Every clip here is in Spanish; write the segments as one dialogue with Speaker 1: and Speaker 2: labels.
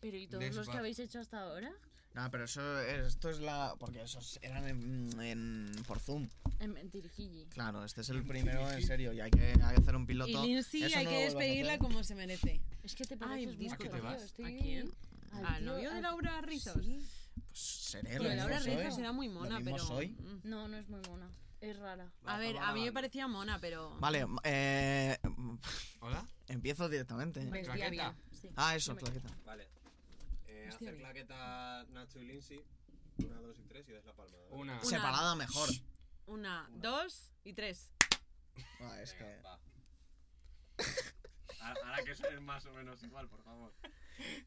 Speaker 1: Pero ¿y todos
Speaker 2: De
Speaker 1: los que
Speaker 2: Spar-
Speaker 1: habéis hecho hasta ahora?
Speaker 3: No, pero eso, esto es la... Porque esos eran en- en- por Zoom.
Speaker 1: En, en Tirijiji.
Speaker 3: Claro, este es el primero en serio y hay que, hay que hacer un piloto.
Speaker 4: Y Lindsay
Speaker 3: Eso
Speaker 4: hay
Speaker 3: no
Speaker 4: que
Speaker 3: lo vuelvas a
Speaker 4: despedirla
Speaker 3: hacer.
Speaker 4: como se merece.
Speaker 1: Es que te
Speaker 4: Ay,
Speaker 1: pareces mucho,
Speaker 4: ¿a qué te
Speaker 1: tío,
Speaker 2: vas?
Speaker 1: estoy-
Speaker 4: ¿A quién?
Speaker 1: Al
Speaker 4: ¿Al
Speaker 1: tío-
Speaker 4: novio de
Speaker 1: al-
Speaker 4: Laura Rizos?
Speaker 1: Sí.
Speaker 3: Pues seré
Speaker 4: Tío,
Speaker 3: lo mismo
Speaker 4: Laura
Speaker 3: soy.
Speaker 4: Rizos era muy mona,
Speaker 3: Lo mismo
Speaker 4: pero...
Speaker 3: soy.
Speaker 4: Mm.
Speaker 1: No, no es muy mona. Es rara.
Speaker 4: A ver, a mí me parecía mona, pero...
Speaker 3: Vale, eh,
Speaker 2: ¿Hola?
Speaker 3: empiezo directamente.
Speaker 1: Vestía
Speaker 2: Claqueta.
Speaker 1: bien, sí.
Speaker 3: Ah, eso, claqueta.
Speaker 5: Vale. Eh,
Speaker 4: Hostia,
Speaker 5: hacer
Speaker 4: mira.
Speaker 5: claqueta Nacho y Lindsay. Una, dos y tres y des la palma. ¿vale?
Speaker 2: Una.
Speaker 4: Sí.
Speaker 3: Separada mejor.
Speaker 4: Una, dos y tres.
Speaker 3: Ah, es que...
Speaker 5: Va. Ahora ahora que suenen más o menos igual, por favor.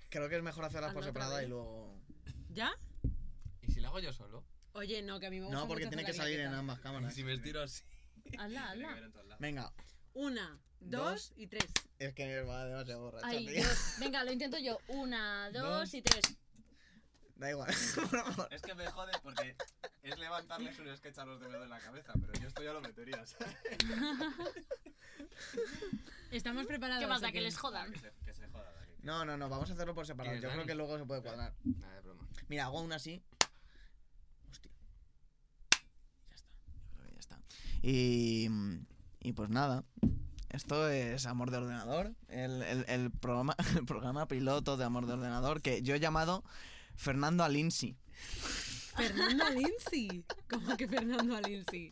Speaker 3: Creo que es mejor hacerlas por
Speaker 4: Hazlo otra
Speaker 3: separada y
Speaker 4: vez.
Speaker 3: luego...
Speaker 4: ¿Ya?
Speaker 2: ¿Y si la hago yo solo?
Speaker 4: Oye, no, que a mí me gusta
Speaker 3: No, porque
Speaker 4: mucho
Speaker 3: tiene que
Speaker 4: hacer la
Speaker 3: salir en
Speaker 4: claqueta.
Speaker 3: ambas
Speaker 2: ¿Y
Speaker 3: cámaras.
Speaker 2: si me estiro así?
Speaker 1: Hazla,
Speaker 5: Tiene que
Speaker 1: hazla.
Speaker 5: ver en todos lados.
Speaker 3: Venga,
Speaker 4: Una,
Speaker 3: Dos.
Speaker 4: dos y tres.
Speaker 3: es que va demasiado borracha,
Speaker 1: Ay,
Speaker 3: tío.
Speaker 1: Dios. Venga, lo intento yo. Una, dos,
Speaker 3: Dos.
Speaker 1: y tres.
Speaker 3: Da igual, por favor.
Speaker 5: Es que me jode porque es levantarles un sketch a los dedos de la cabeza, pero yo esto ya lo metería, ¿sabes?
Speaker 4: Estamos preparados.
Speaker 1: ¿Qué pasa?
Speaker 4: aquí.
Speaker 1: Que les jodan.
Speaker 5: Que se, que se joda, Dani.
Speaker 3: No, no, no, vamos a hacerlo por separado.
Speaker 2: ¿Tienes
Speaker 3: Yo creo
Speaker 2: Dani?
Speaker 3: que luego se puede cuadrar.
Speaker 2: Nada, de broma.
Speaker 3: Mira, hago una así. Hostia. Ya está. Yo creo que ya está. Y, y pues nada. Esto es Amor de Ordenador. El, el- el programa, el programa piloto de Amor de Ordenador que yo he llamado Fernando Alinsi.
Speaker 4: Fernando Lindsay. ¿Cómo que Fernando Lindsay?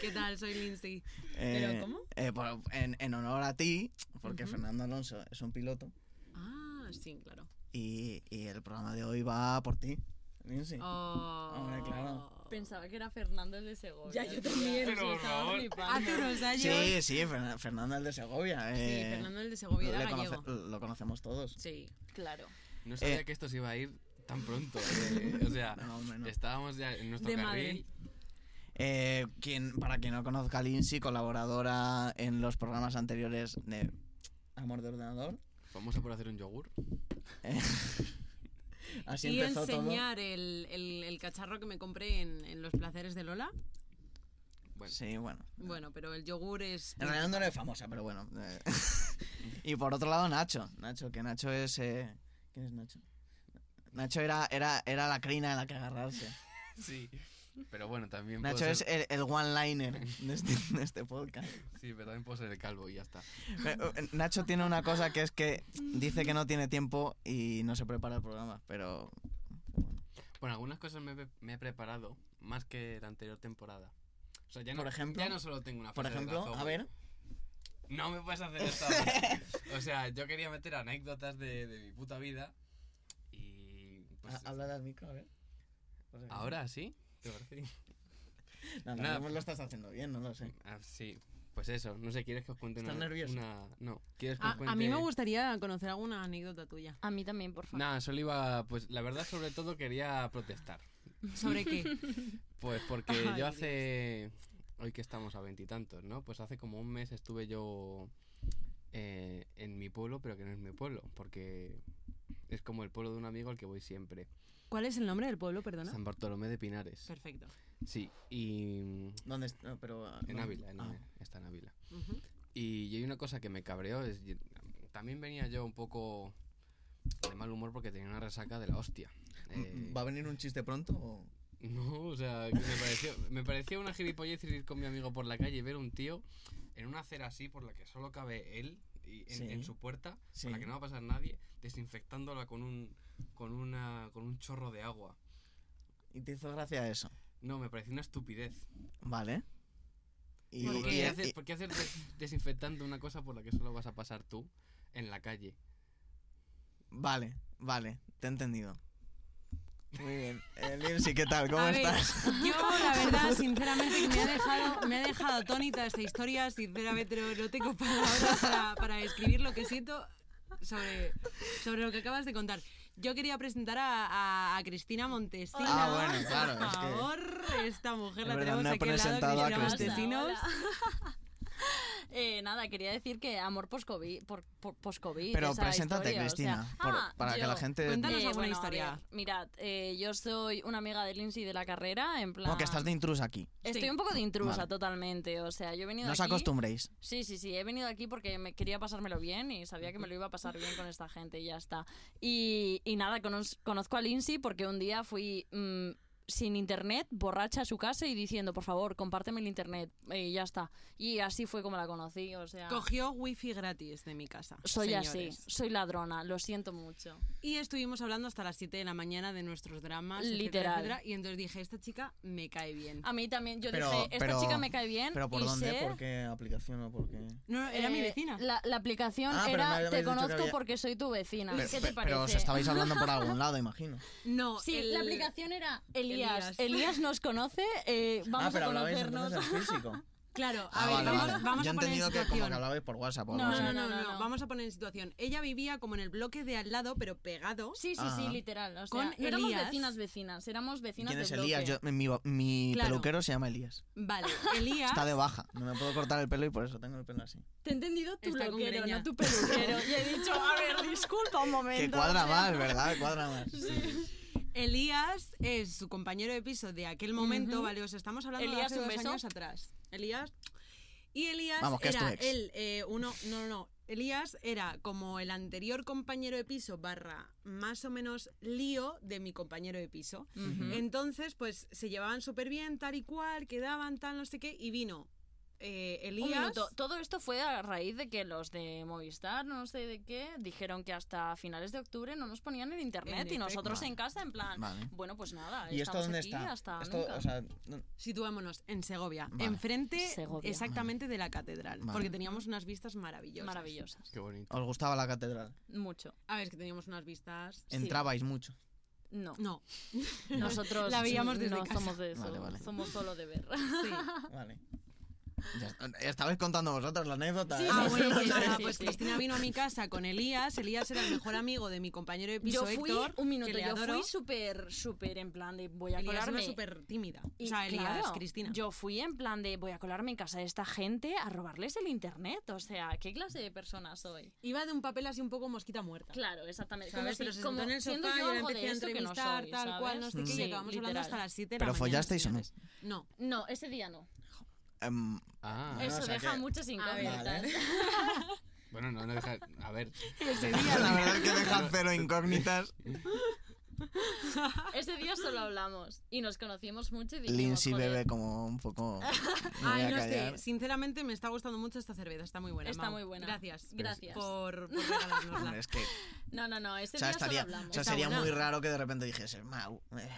Speaker 4: ¿Qué tal? Soy Lindsay. ¿Pero cómo?
Speaker 3: eh, por- en, en honor a ti, porque Fernando Alonso es un piloto.
Speaker 4: Ah, sí, claro.
Speaker 3: Y, y el programa de hoy va por ti, Alinsi.
Speaker 4: Oh.
Speaker 3: Hombre, claro.
Speaker 1: Pensaba que era Fernández de Segovia.
Speaker 4: Ya, yo también.
Speaker 1: Pero,
Speaker 2: Pero, por
Speaker 1: estaba
Speaker 2: favor.
Speaker 4: Hace
Speaker 1: flipando.
Speaker 4: unos años.
Speaker 3: Sí, sí, Ferna- Fernando el de Segovia.
Speaker 4: Sí,
Speaker 3: eh,
Speaker 4: Fernando el de Segovia era
Speaker 3: le conoce-
Speaker 4: gallego.
Speaker 3: lo conocemos todos.
Speaker 4: Sí.
Speaker 1: Claro.
Speaker 2: No sabía
Speaker 3: Eh.
Speaker 2: que esto se iba a ir tan pronto. eh, o sea,
Speaker 3: No, hombre, no.
Speaker 2: estábamos ya en nuestro
Speaker 4: De
Speaker 2: carril.
Speaker 3: Eh, quien, para quien no conozca a Lindsay, colaboradora en los programas anteriores de Amor de Ordenador.
Speaker 2: Famosa por hacer un yogur.
Speaker 3: Eh, así
Speaker 4: y
Speaker 3: empezó todo.
Speaker 4: enseñar el, el, el cacharro que me compré en, en Los Placeres de Lola.
Speaker 2: Bueno,
Speaker 3: Sí, bueno.
Speaker 4: Bueno, pero el yogur es.
Speaker 3: En realidad no eres famosa, pero bueno. eh. y por otro lado, Nacho. Nacho, que Nacho es. eh, ¿Quién es Nacho? Nacho era, era, era la crina en la que agarrarse.
Speaker 2: sí. Pero bueno, también
Speaker 3: Nacho
Speaker 2: puedo
Speaker 3: es
Speaker 2: ser-
Speaker 3: el, el one-liner de este, de este podcast.
Speaker 2: Sí, pero también puedo ser el calvo y ya está.
Speaker 3: Pero, eh, Nacho tiene una cosa que es que dice que no tiene tiempo y no se prepara el programa, pero
Speaker 2: Bueno, algunas cosas me, he- me he preparado más que la anterior temporada. O sea, ya no,
Speaker 3: Por ejemplo-
Speaker 2: ya no solo tengo una
Speaker 3: por
Speaker 2: frase de
Speaker 3: ejemplo,
Speaker 2: Razo,
Speaker 3: a
Speaker 2: güey.
Speaker 3: ver,
Speaker 2: No me puedes hacer esto. ahora. o sea, yo quería meter anécdotas de, de mi puta vida. Y. Pues,
Speaker 3: ha- háblale al micro, a ver. Por ejemplo.
Speaker 2: ¿Ahora sí? ¿Te parece?
Speaker 3: No, no,
Speaker 2: Nada.
Speaker 3: no lo estás haciendo bien, no lo sé.
Speaker 2: Ah, sí. Pues eso, no sé, ¿quieres que os cuente
Speaker 3: ¿Estás
Speaker 2: una,
Speaker 3: nervioso?
Speaker 2: una- No, ¿quieres que os
Speaker 4: Ah, A,
Speaker 2: cuente?
Speaker 4: a
Speaker 3: ¿eh?
Speaker 4: mí me gustaría conocer alguna anécdota tuya.
Speaker 1: A mí también, por favor.
Speaker 2: Nada, solo iba. Pues la verdad, sobre todo quería protestar.
Speaker 4: ¿Sobre qué?
Speaker 2: Pues porque
Speaker 4: Ay,
Speaker 2: yo
Speaker 4: Dios.
Speaker 2: hace. Hoy que estamos a veintitantos, ¿no? Pues hace como un mes estuve yo eh, en mi pueblo, pero que no es mi pueblo, porque es como el pueblo de un amigo al que voy siempre.
Speaker 4: ¿Cuál es el nombre del pueblo, perdona?
Speaker 2: San Bartolomé de Pinares.
Speaker 4: Perfecto.
Speaker 2: Sí, y. mm,
Speaker 3: ¿Dónde está? Pero, ah,
Speaker 2: En
Speaker 3: no.
Speaker 2: Ávila, en
Speaker 3: Ah,
Speaker 2: Ávila, está en Ávila.
Speaker 4: Ujú.
Speaker 2: Y, y hay una cosa que me cabreó. es- y- también venía yo un poco de mal humor porque tenía una resaca de la hostia. Eh,
Speaker 3: Mm, ¿Va a venir un chiste pronto? o-
Speaker 2: No, o sea, que me pareció, me pareció una gilipollez ir con mi amigo por la calle y ver un tío en una acera así por la que solo cabe él y en,
Speaker 3: Sí.
Speaker 2: en su puerta,
Speaker 3: Sí.
Speaker 2: por la que no va a pasar nadie, desinfectándola con un, con una, con un chorro de agua.
Speaker 3: Y te hizo gracia eso.
Speaker 2: No, me pareció una estupidez.
Speaker 3: Vale. Y, eh,
Speaker 2: Digo,
Speaker 3: y-
Speaker 2: ¿Por
Speaker 3: y-
Speaker 2: qué haces, por qué haces des- desinfectando una cosa por la que solo vas a pasar tú en la calle?
Speaker 3: Vale, vale, te he entendido. Muy bien. Eh, Lindsay, ¿qué tal? ¿Cómo
Speaker 4: a
Speaker 3: estás?
Speaker 4: Ver, yo, la verdad, sinceramente, que me ha dejado, me ha dejado atónita esta historia. Sinceramente, no, no tengo palabras para, para escribir lo que siento sobre, sobre lo que acabas de contar. Yo quería presentar a, a- a Cristina Montesinos.
Speaker 3: Ah, bueno, claro,
Speaker 4: Por
Speaker 3: es que-
Speaker 4: favor, esta mujer
Speaker 3: Es
Speaker 4: la
Speaker 3: verdad,
Speaker 4: tenemos
Speaker 3: no he
Speaker 4: aquí al lado,
Speaker 3: presentado a
Speaker 4: Cristina
Speaker 3: Cristina.
Speaker 4: Montesinos.
Speaker 1: Eh, nada, quería decir que amor post-COVID. Por, por- post-COVID,
Speaker 3: Pero
Speaker 1: esa
Speaker 3: preséntate,
Speaker 1: historia, o sea-
Speaker 3: Cristina, por-
Speaker 1: Ah,
Speaker 3: para que
Speaker 1: yo.
Speaker 3: la gente...
Speaker 4: Cuéntanos.
Speaker 1: Eh,
Speaker 4: alguna
Speaker 1: bueno, a
Speaker 4: historia.
Speaker 1: ver, mirad, eh, yo soy una amiga de Lindsay de la carrera, en plan...
Speaker 3: Como que estás de intrusa aquí.
Speaker 1: Estoy
Speaker 4: Sí.
Speaker 1: un poco de intrusa
Speaker 3: Vale.
Speaker 1: totalmente, o sea, yo he venido
Speaker 3: No os
Speaker 1: aquí...
Speaker 3: acostumbréis.
Speaker 1: Sí, sí, sí, he venido aquí porque me quería pasármelo bien y sabía que me lo iba a pasar bien con esta gente y ya está. Y, y nada, conoz- conozco a Lindsay porque un día fui mm, sin internet, borracha a su casa y diciendo, por favor, compárteme el internet y ya está. Y así fue como la conocí, o sea...
Speaker 4: Cogió wifi gratis de mi casa.
Speaker 1: soy
Speaker 4: señores.
Speaker 1: así, soy ladrona, lo siento mucho.
Speaker 4: Y estuvimos hablando hasta las 7 de la mañana de nuestros dramas, etcétera,
Speaker 1: Literal. Ah,
Speaker 4: etcétera, y entonces dije, esta chica me cae bien.
Speaker 1: A mí también, yo
Speaker 3: Pero-
Speaker 1: dije, esta
Speaker 3: pero-
Speaker 1: chica me cae bien.
Speaker 3: ¿Pero por
Speaker 1: y
Speaker 3: dónde?
Speaker 1: sé-
Speaker 3: ¿Por qué aplicación o por qué...?
Speaker 4: No, no, era mi
Speaker 1: Eh,
Speaker 4: vecina.
Speaker 1: La, la aplicación
Speaker 3: Ah, pero me
Speaker 1: era
Speaker 3: habíais
Speaker 1: te
Speaker 3: dicho que
Speaker 1: conozco
Speaker 3: había-
Speaker 1: porque soy tu vecina.
Speaker 3: Pero,
Speaker 1: ¿Qué te
Speaker 3: pe- pero os
Speaker 1: parece?
Speaker 3: estabais hablando por algún lado, imagino.
Speaker 4: No,
Speaker 1: Sí,
Speaker 4: el-
Speaker 1: la aplicación era Elías.
Speaker 4: Elías.
Speaker 1: Elías, nos conoce, eh, vamos
Speaker 3: ah, pero
Speaker 1: a
Speaker 3: hablabais
Speaker 1: conocernos.
Speaker 3: entonces en físico.
Speaker 4: Claro, a
Speaker 3: Ah,
Speaker 4: ver,
Speaker 3: vale,
Speaker 4: vamos,
Speaker 3: vale.
Speaker 4: vamos
Speaker 3: Yo
Speaker 4: a
Speaker 3: he
Speaker 4: poner en
Speaker 3: entendido que como
Speaker 4: situación.
Speaker 3: que ¿eh? hablabais por WhatsApp o algo
Speaker 4: No,
Speaker 3: así.
Speaker 4: no, no, no,
Speaker 1: No, no, no.
Speaker 4: vamos a poner en situación. Ella vivía como en el bloque de al lado, pero pegado.
Speaker 1: Sí, sí, sí,
Speaker 3: Ajá.
Speaker 1: literal. O sea,
Speaker 4: Con
Speaker 1: no éramos
Speaker 4: Elías.
Speaker 1: vecinas, vecinas, éramos vecinas
Speaker 3: Ah. ¿Quién
Speaker 1: de
Speaker 3: es Elías?
Speaker 1: bloque.
Speaker 3: Yo- mi mi
Speaker 4: Claro. ¿Ah?
Speaker 3: peluquero se llama Elías.
Speaker 4: Vale, Elías.
Speaker 3: Está de baja. No me puedo cortar el pelo y por eso tengo el pelo así.
Speaker 1: Te he entendido tu
Speaker 4: Está con
Speaker 1: loquero,
Speaker 4: greña.
Speaker 1: no tu peluquero. y he dicho, a ver, disculpa un
Speaker 4: Pues
Speaker 1: momento.
Speaker 3: Que cuadra
Speaker 1: o sea,
Speaker 3: más, ¿verdad? Cuadra más.
Speaker 4: Elías es su compañero de piso de aquel momento,
Speaker 1: Ujú.
Speaker 4: ¿vale? Os estamos hablando
Speaker 1: Elías,
Speaker 4: de hace
Speaker 1: un
Speaker 4: dos
Speaker 1: beso.
Speaker 4: años atrás. Elías. Y Elías
Speaker 3: Vamos, que es tu
Speaker 4: era
Speaker 3: ex.
Speaker 4: el eh, uno. No, no, no. Elías era como el anterior compañero de piso barra más o menos lío de mi compañero de piso.
Speaker 1: Ujú.
Speaker 4: Entonces, pues se llevaban súper bien, tal y cual, quedaban, tal, no sé qué, y vino eh,
Speaker 1: Un
Speaker 4: Elías.
Speaker 1: minuto. Todo esto fue a raíz de que los de Movistar, no sé de qué, dijeron que hasta finales de octubre no nos ponían el internet
Speaker 4: En
Speaker 1: y nosotros
Speaker 3: efecto.
Speaker 1: en casa, en plan,
Speaker 3: Vale.
Speaker 1: bueno, pues nada,
Speaker 3: ¿Y esto
Speaker 1: estamos
Speaker 3: dónde
Speaker 1: aquí
Speaker 3: está?
Speaker 1: hasta
Speaker 3: Esto,
Speaker 1: nunca.
Speaker 3: o sea, no-
Speaker 4: Situémonos en Segovia,
Speaker 3: Vale.
Speaker 4: enfrente
Speaker 1: Segovia.
Speaker 4: exactamente de la catedral,
Speaker 3: Vale.
Speaker 4: porque teníamos unas vistas maravillosas.
Speaker 1: Maravillosas.
Speaker 2: Qué bonito.
Speaker 3: ¿Os gustaba la catedral?
Speaker 1: Mucho.
Speaker 4: A ver, es que teníamos unas vistas.
Speaker 3: Entrabais mucho.
Speaker 1: No.
Speaker 4: No,
Speaker 1: Nosotros
Speaker 4: La veíamos desde
Speaker 1: no
Speaker 4: casa.
Speaker 1: somos de eso.
Speaker 3: Vale, vale.
Speaker 1: Somos solo de ver.
Speaker 4: sí.
Speaker 3: Vale. Ya est- estabais contando vosotros la anécdota.
Speaker 1: Sí,
Speaker 3: ¿eh?
Speaker 4: Ah,
Speaker 1: sí,
Speaker 4: bueno,
Speaker 1: sí,
Speaker 4: pues
Speaker 1: sí,
Speaker 4: nada,
Speaker 1: sí,
Speaker 4: pues
Speaker 1: sí.
Speaker 4: Cristina vino a mi casa con Elías. Elías era el mejor amigo de mi compañero de piso,
Speaker 1: yo fui,
Speaker 4: Héctor.
Speaker 1: un minuto,
Speaker 4: que le
Speaker 1: yo
Speaker 4: adoro.
Speaker 1: fui súper, súper en plan de voy a
Speaker 4: Elías era
Speaker 1: colarme.
Speaker 4: súper tímida.
Speaker 1: Y
Speaker 4: o sea, Elías,
Speaker 1: claro,
Speaker 4: Cristina.
Speaker 1: Yo fui en plan de voy a colarme en casa de esta gente a robarles el internet. O sea, ¿qué clase de persona soy?
Speaker 4: Iba de un papel así un poco mosquita muerta.
Speaker 1: Claro, exactamente. como
Speaker 4: ¿Sabes? Pero
Speaker 1: si-
Speaker 4: se
Speaker 1: como
Speaker 4: sentó en el
Speaker 1: siendo
Speaker 4: sofá y
Speaker 1: yo
Speaker 4: yo la
Speaker 1: algo de
Speaker 4: empecé a
Speaker 1: esto que no
Speaker 4: entrevistar,
Speaker 1: soy,
Speaker 4: tal cual, no
Speaker 1: ¿sabes?
Speaker 4: sé qué, y
Speaker 1: Sí,
Speaker 4: acabamos hablando
Speaker 1: literal.
Speaker 4: hasta las 7 de la
Speaker 3: ¿Pero
Speaker 4: mañana.
Speaker 3: follasteis o no?
Speaker 4: señores. No.
Speaker 1: No, ese día no.
Speaker 3: Em,
Speaker 2: Ah,
Speaker 1: Eso
Speaker 3: o sea
Speaker 1: deja
Speaker 3: que-
Speaker 1: muchas
Speaker 4: ver,
Speaker 1: incógnitas.
Speaker 3: vale.
Speaker 2: bueno, no, no deja. A ver.
Speaker 3: Ese día, la verdad es que dejan cero incógnitas.
Speaker 1: Ese día solo hablamos y nos conocimos mucho y dijimos,
Speaker 3: Lindsay
Speaker 1: "Joder,
Speaker 3: bebe como un poco. Me voy
Speaker 4: Ay,
Speaker 3: a
Speaker 4: no
Speaker 3: callar.
Speaker 4: sé. Sinceramente, me está gustando mucho esta cerveza. Está muy buena.
Speaker 1: Está
Speaker 4: Mau.
Speaker 1: muy buena.
Speaker 4: Gracias.
Speaker 1: Gracias.
Speaker 4: Por, por regalárnosla.
Speaker 3: Hombre, es que,
Speaker 1: No, no, no, ese
Speaker 3: o sea,
Speaker 1: Este día
Speaker 3: estaría,
Speaker 1: solo hablamos.
Speaker 3: o sea,
Speaker 4: Está
Speaker 3: sería
Speaker 4: buena.
Speaker 3: muy raro que de repente dijese, Mau, eh,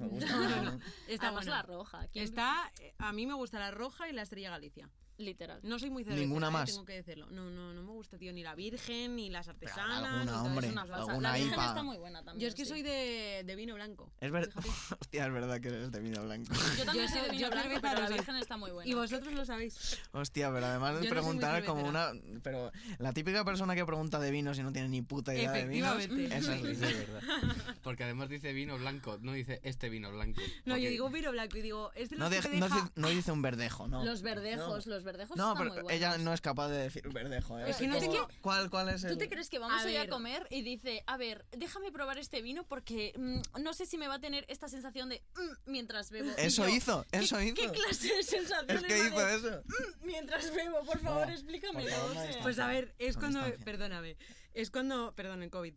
Speaker 3: me gusta.
Speaker 4: No, no, no. Está
Speaker 1: Además,
Speaker 4: buena.
Speaker 1: la roja. ¿quién-
Speaker 4: Ah, Está, eh, a mí me gusta la roja y la estrella Galicia.
Speaker 1: Literal.
Speaker 4: No soy muy cervecera,
Speaker 3: Ninguna
Speaker 4: eh,
Speaker 3: más.
Speaker 4: tengo que decirlo. No, no, no me gusta, tío, ni la Virgen, ni las
Speaker 3: Pero
Speaker 4: artesanas. ni
Speaker 3: alguna,
Speaker 4: todo
Speaker 3: hombre.
Speaker 1: Es
Speaker 4: eso.
Speaker 1: una falsa.
Speaker 3: alguna
Speaker 1: la Virgen
Speaker 3: IPA.
Speaker 1: está muy buena también.
Speaker 4: Yo es que
Speaker 1: sí.
Speaker 4: soy de, de vino blanco.
Speaker 3: Es verdad.
Speaker 4: Fíjate.
Speaker 3: Hostia, es verdad que eres de vino blanco.
Speaker 1: Yo también
Speaker 4: Yo
Speaker 1: soy de
Speaker 4: soy-
Speaker 1: vino
Speaker 4: yo
Speaker 1: blanco,
Speaker 4: cerveza
Speaker 1: pero
Speaker 4: no
Speaker 1: la
Speaker 4: soy.
Speaker 1: Virgen está muy buena.
Speaker 4: Y vosotros lo sabéis.
Speaker 3: Hostia, pero además de
Speaker 4: Yo no soy muy
Speaker 3: preguntar como una.
Speaker 4: cervecera.
Speaker 3: Pero la típica persona que pregunta de vinos y no tiene ni puta idea de vinos.
Speaker 4: Efectivamente.
Speaker 3: Esa es
Speaker 2: Sí,
Speaker 3: Lindsay.
Speaker 2: de verdad. Porque además dice vino blanco, no dice este vino blanco.
Speaker 4: No,
Speaker 2: Porque-
Speaker 4: yo digo vino blanco y digo, este es de los
Speaker 3: No,
Speaker 4: que
Speaker 3: deja-
Speaker 4: te
Speaker 3: no
Speaker 4: deja-
Speaker 3: dice- no dice un verdejo, ¿no?
Speaker 1: Los verdejos, los verdejos
Speaker 3: No,
Speaker 1: están muy
Speaker 3: pero
Speaker 1: buenos.
Speaker 3: ella no es capaz de decir verdejo. ¿eh?
Speaker 1: Es que no
Speaker 3: como,
Speaker 1: sé
Speaker 3: ¿cuál, ¿Cuál es el.?
Speaker 1: ¿Tú te crees que vamos
Speaker 4: A
Speaker 1: a ir a
Speaker 4: ver.
Speaker 1: comer y dice, a ver, déjame probar este vino porque mm, no sé si me va a tener esta sensación de mm, mientras bebo? Y
Speaker 3: Eso
Speaker 1: yo,
Speaker 3: hizo,
Speaker 1: ¿qué-
Speaker 3: eso hizo.
Speaker 1: ¿Qué clase de sensación
Speaker 3: es que
Speaker 1: la
Speaker 3: hizo
Speaker 1: de,
Speaker 3: eso.
Speaker 1: "Mm, mientras bebo? Por favor,
Speaker 3: No,
Speaker 1: explícamelo.
Speaker 3: por favor,
Speaker 1: o
Speaker 3: no
Speaker 1: sea.
Speaker 3: está.
Speaker 4: Pues a ver, es
Speaker 3: Con
Speaker 4: cuando.
Speaker 3: distancia.
Speaker 4: Perdóname. Es cuando. Perdón, el COVID.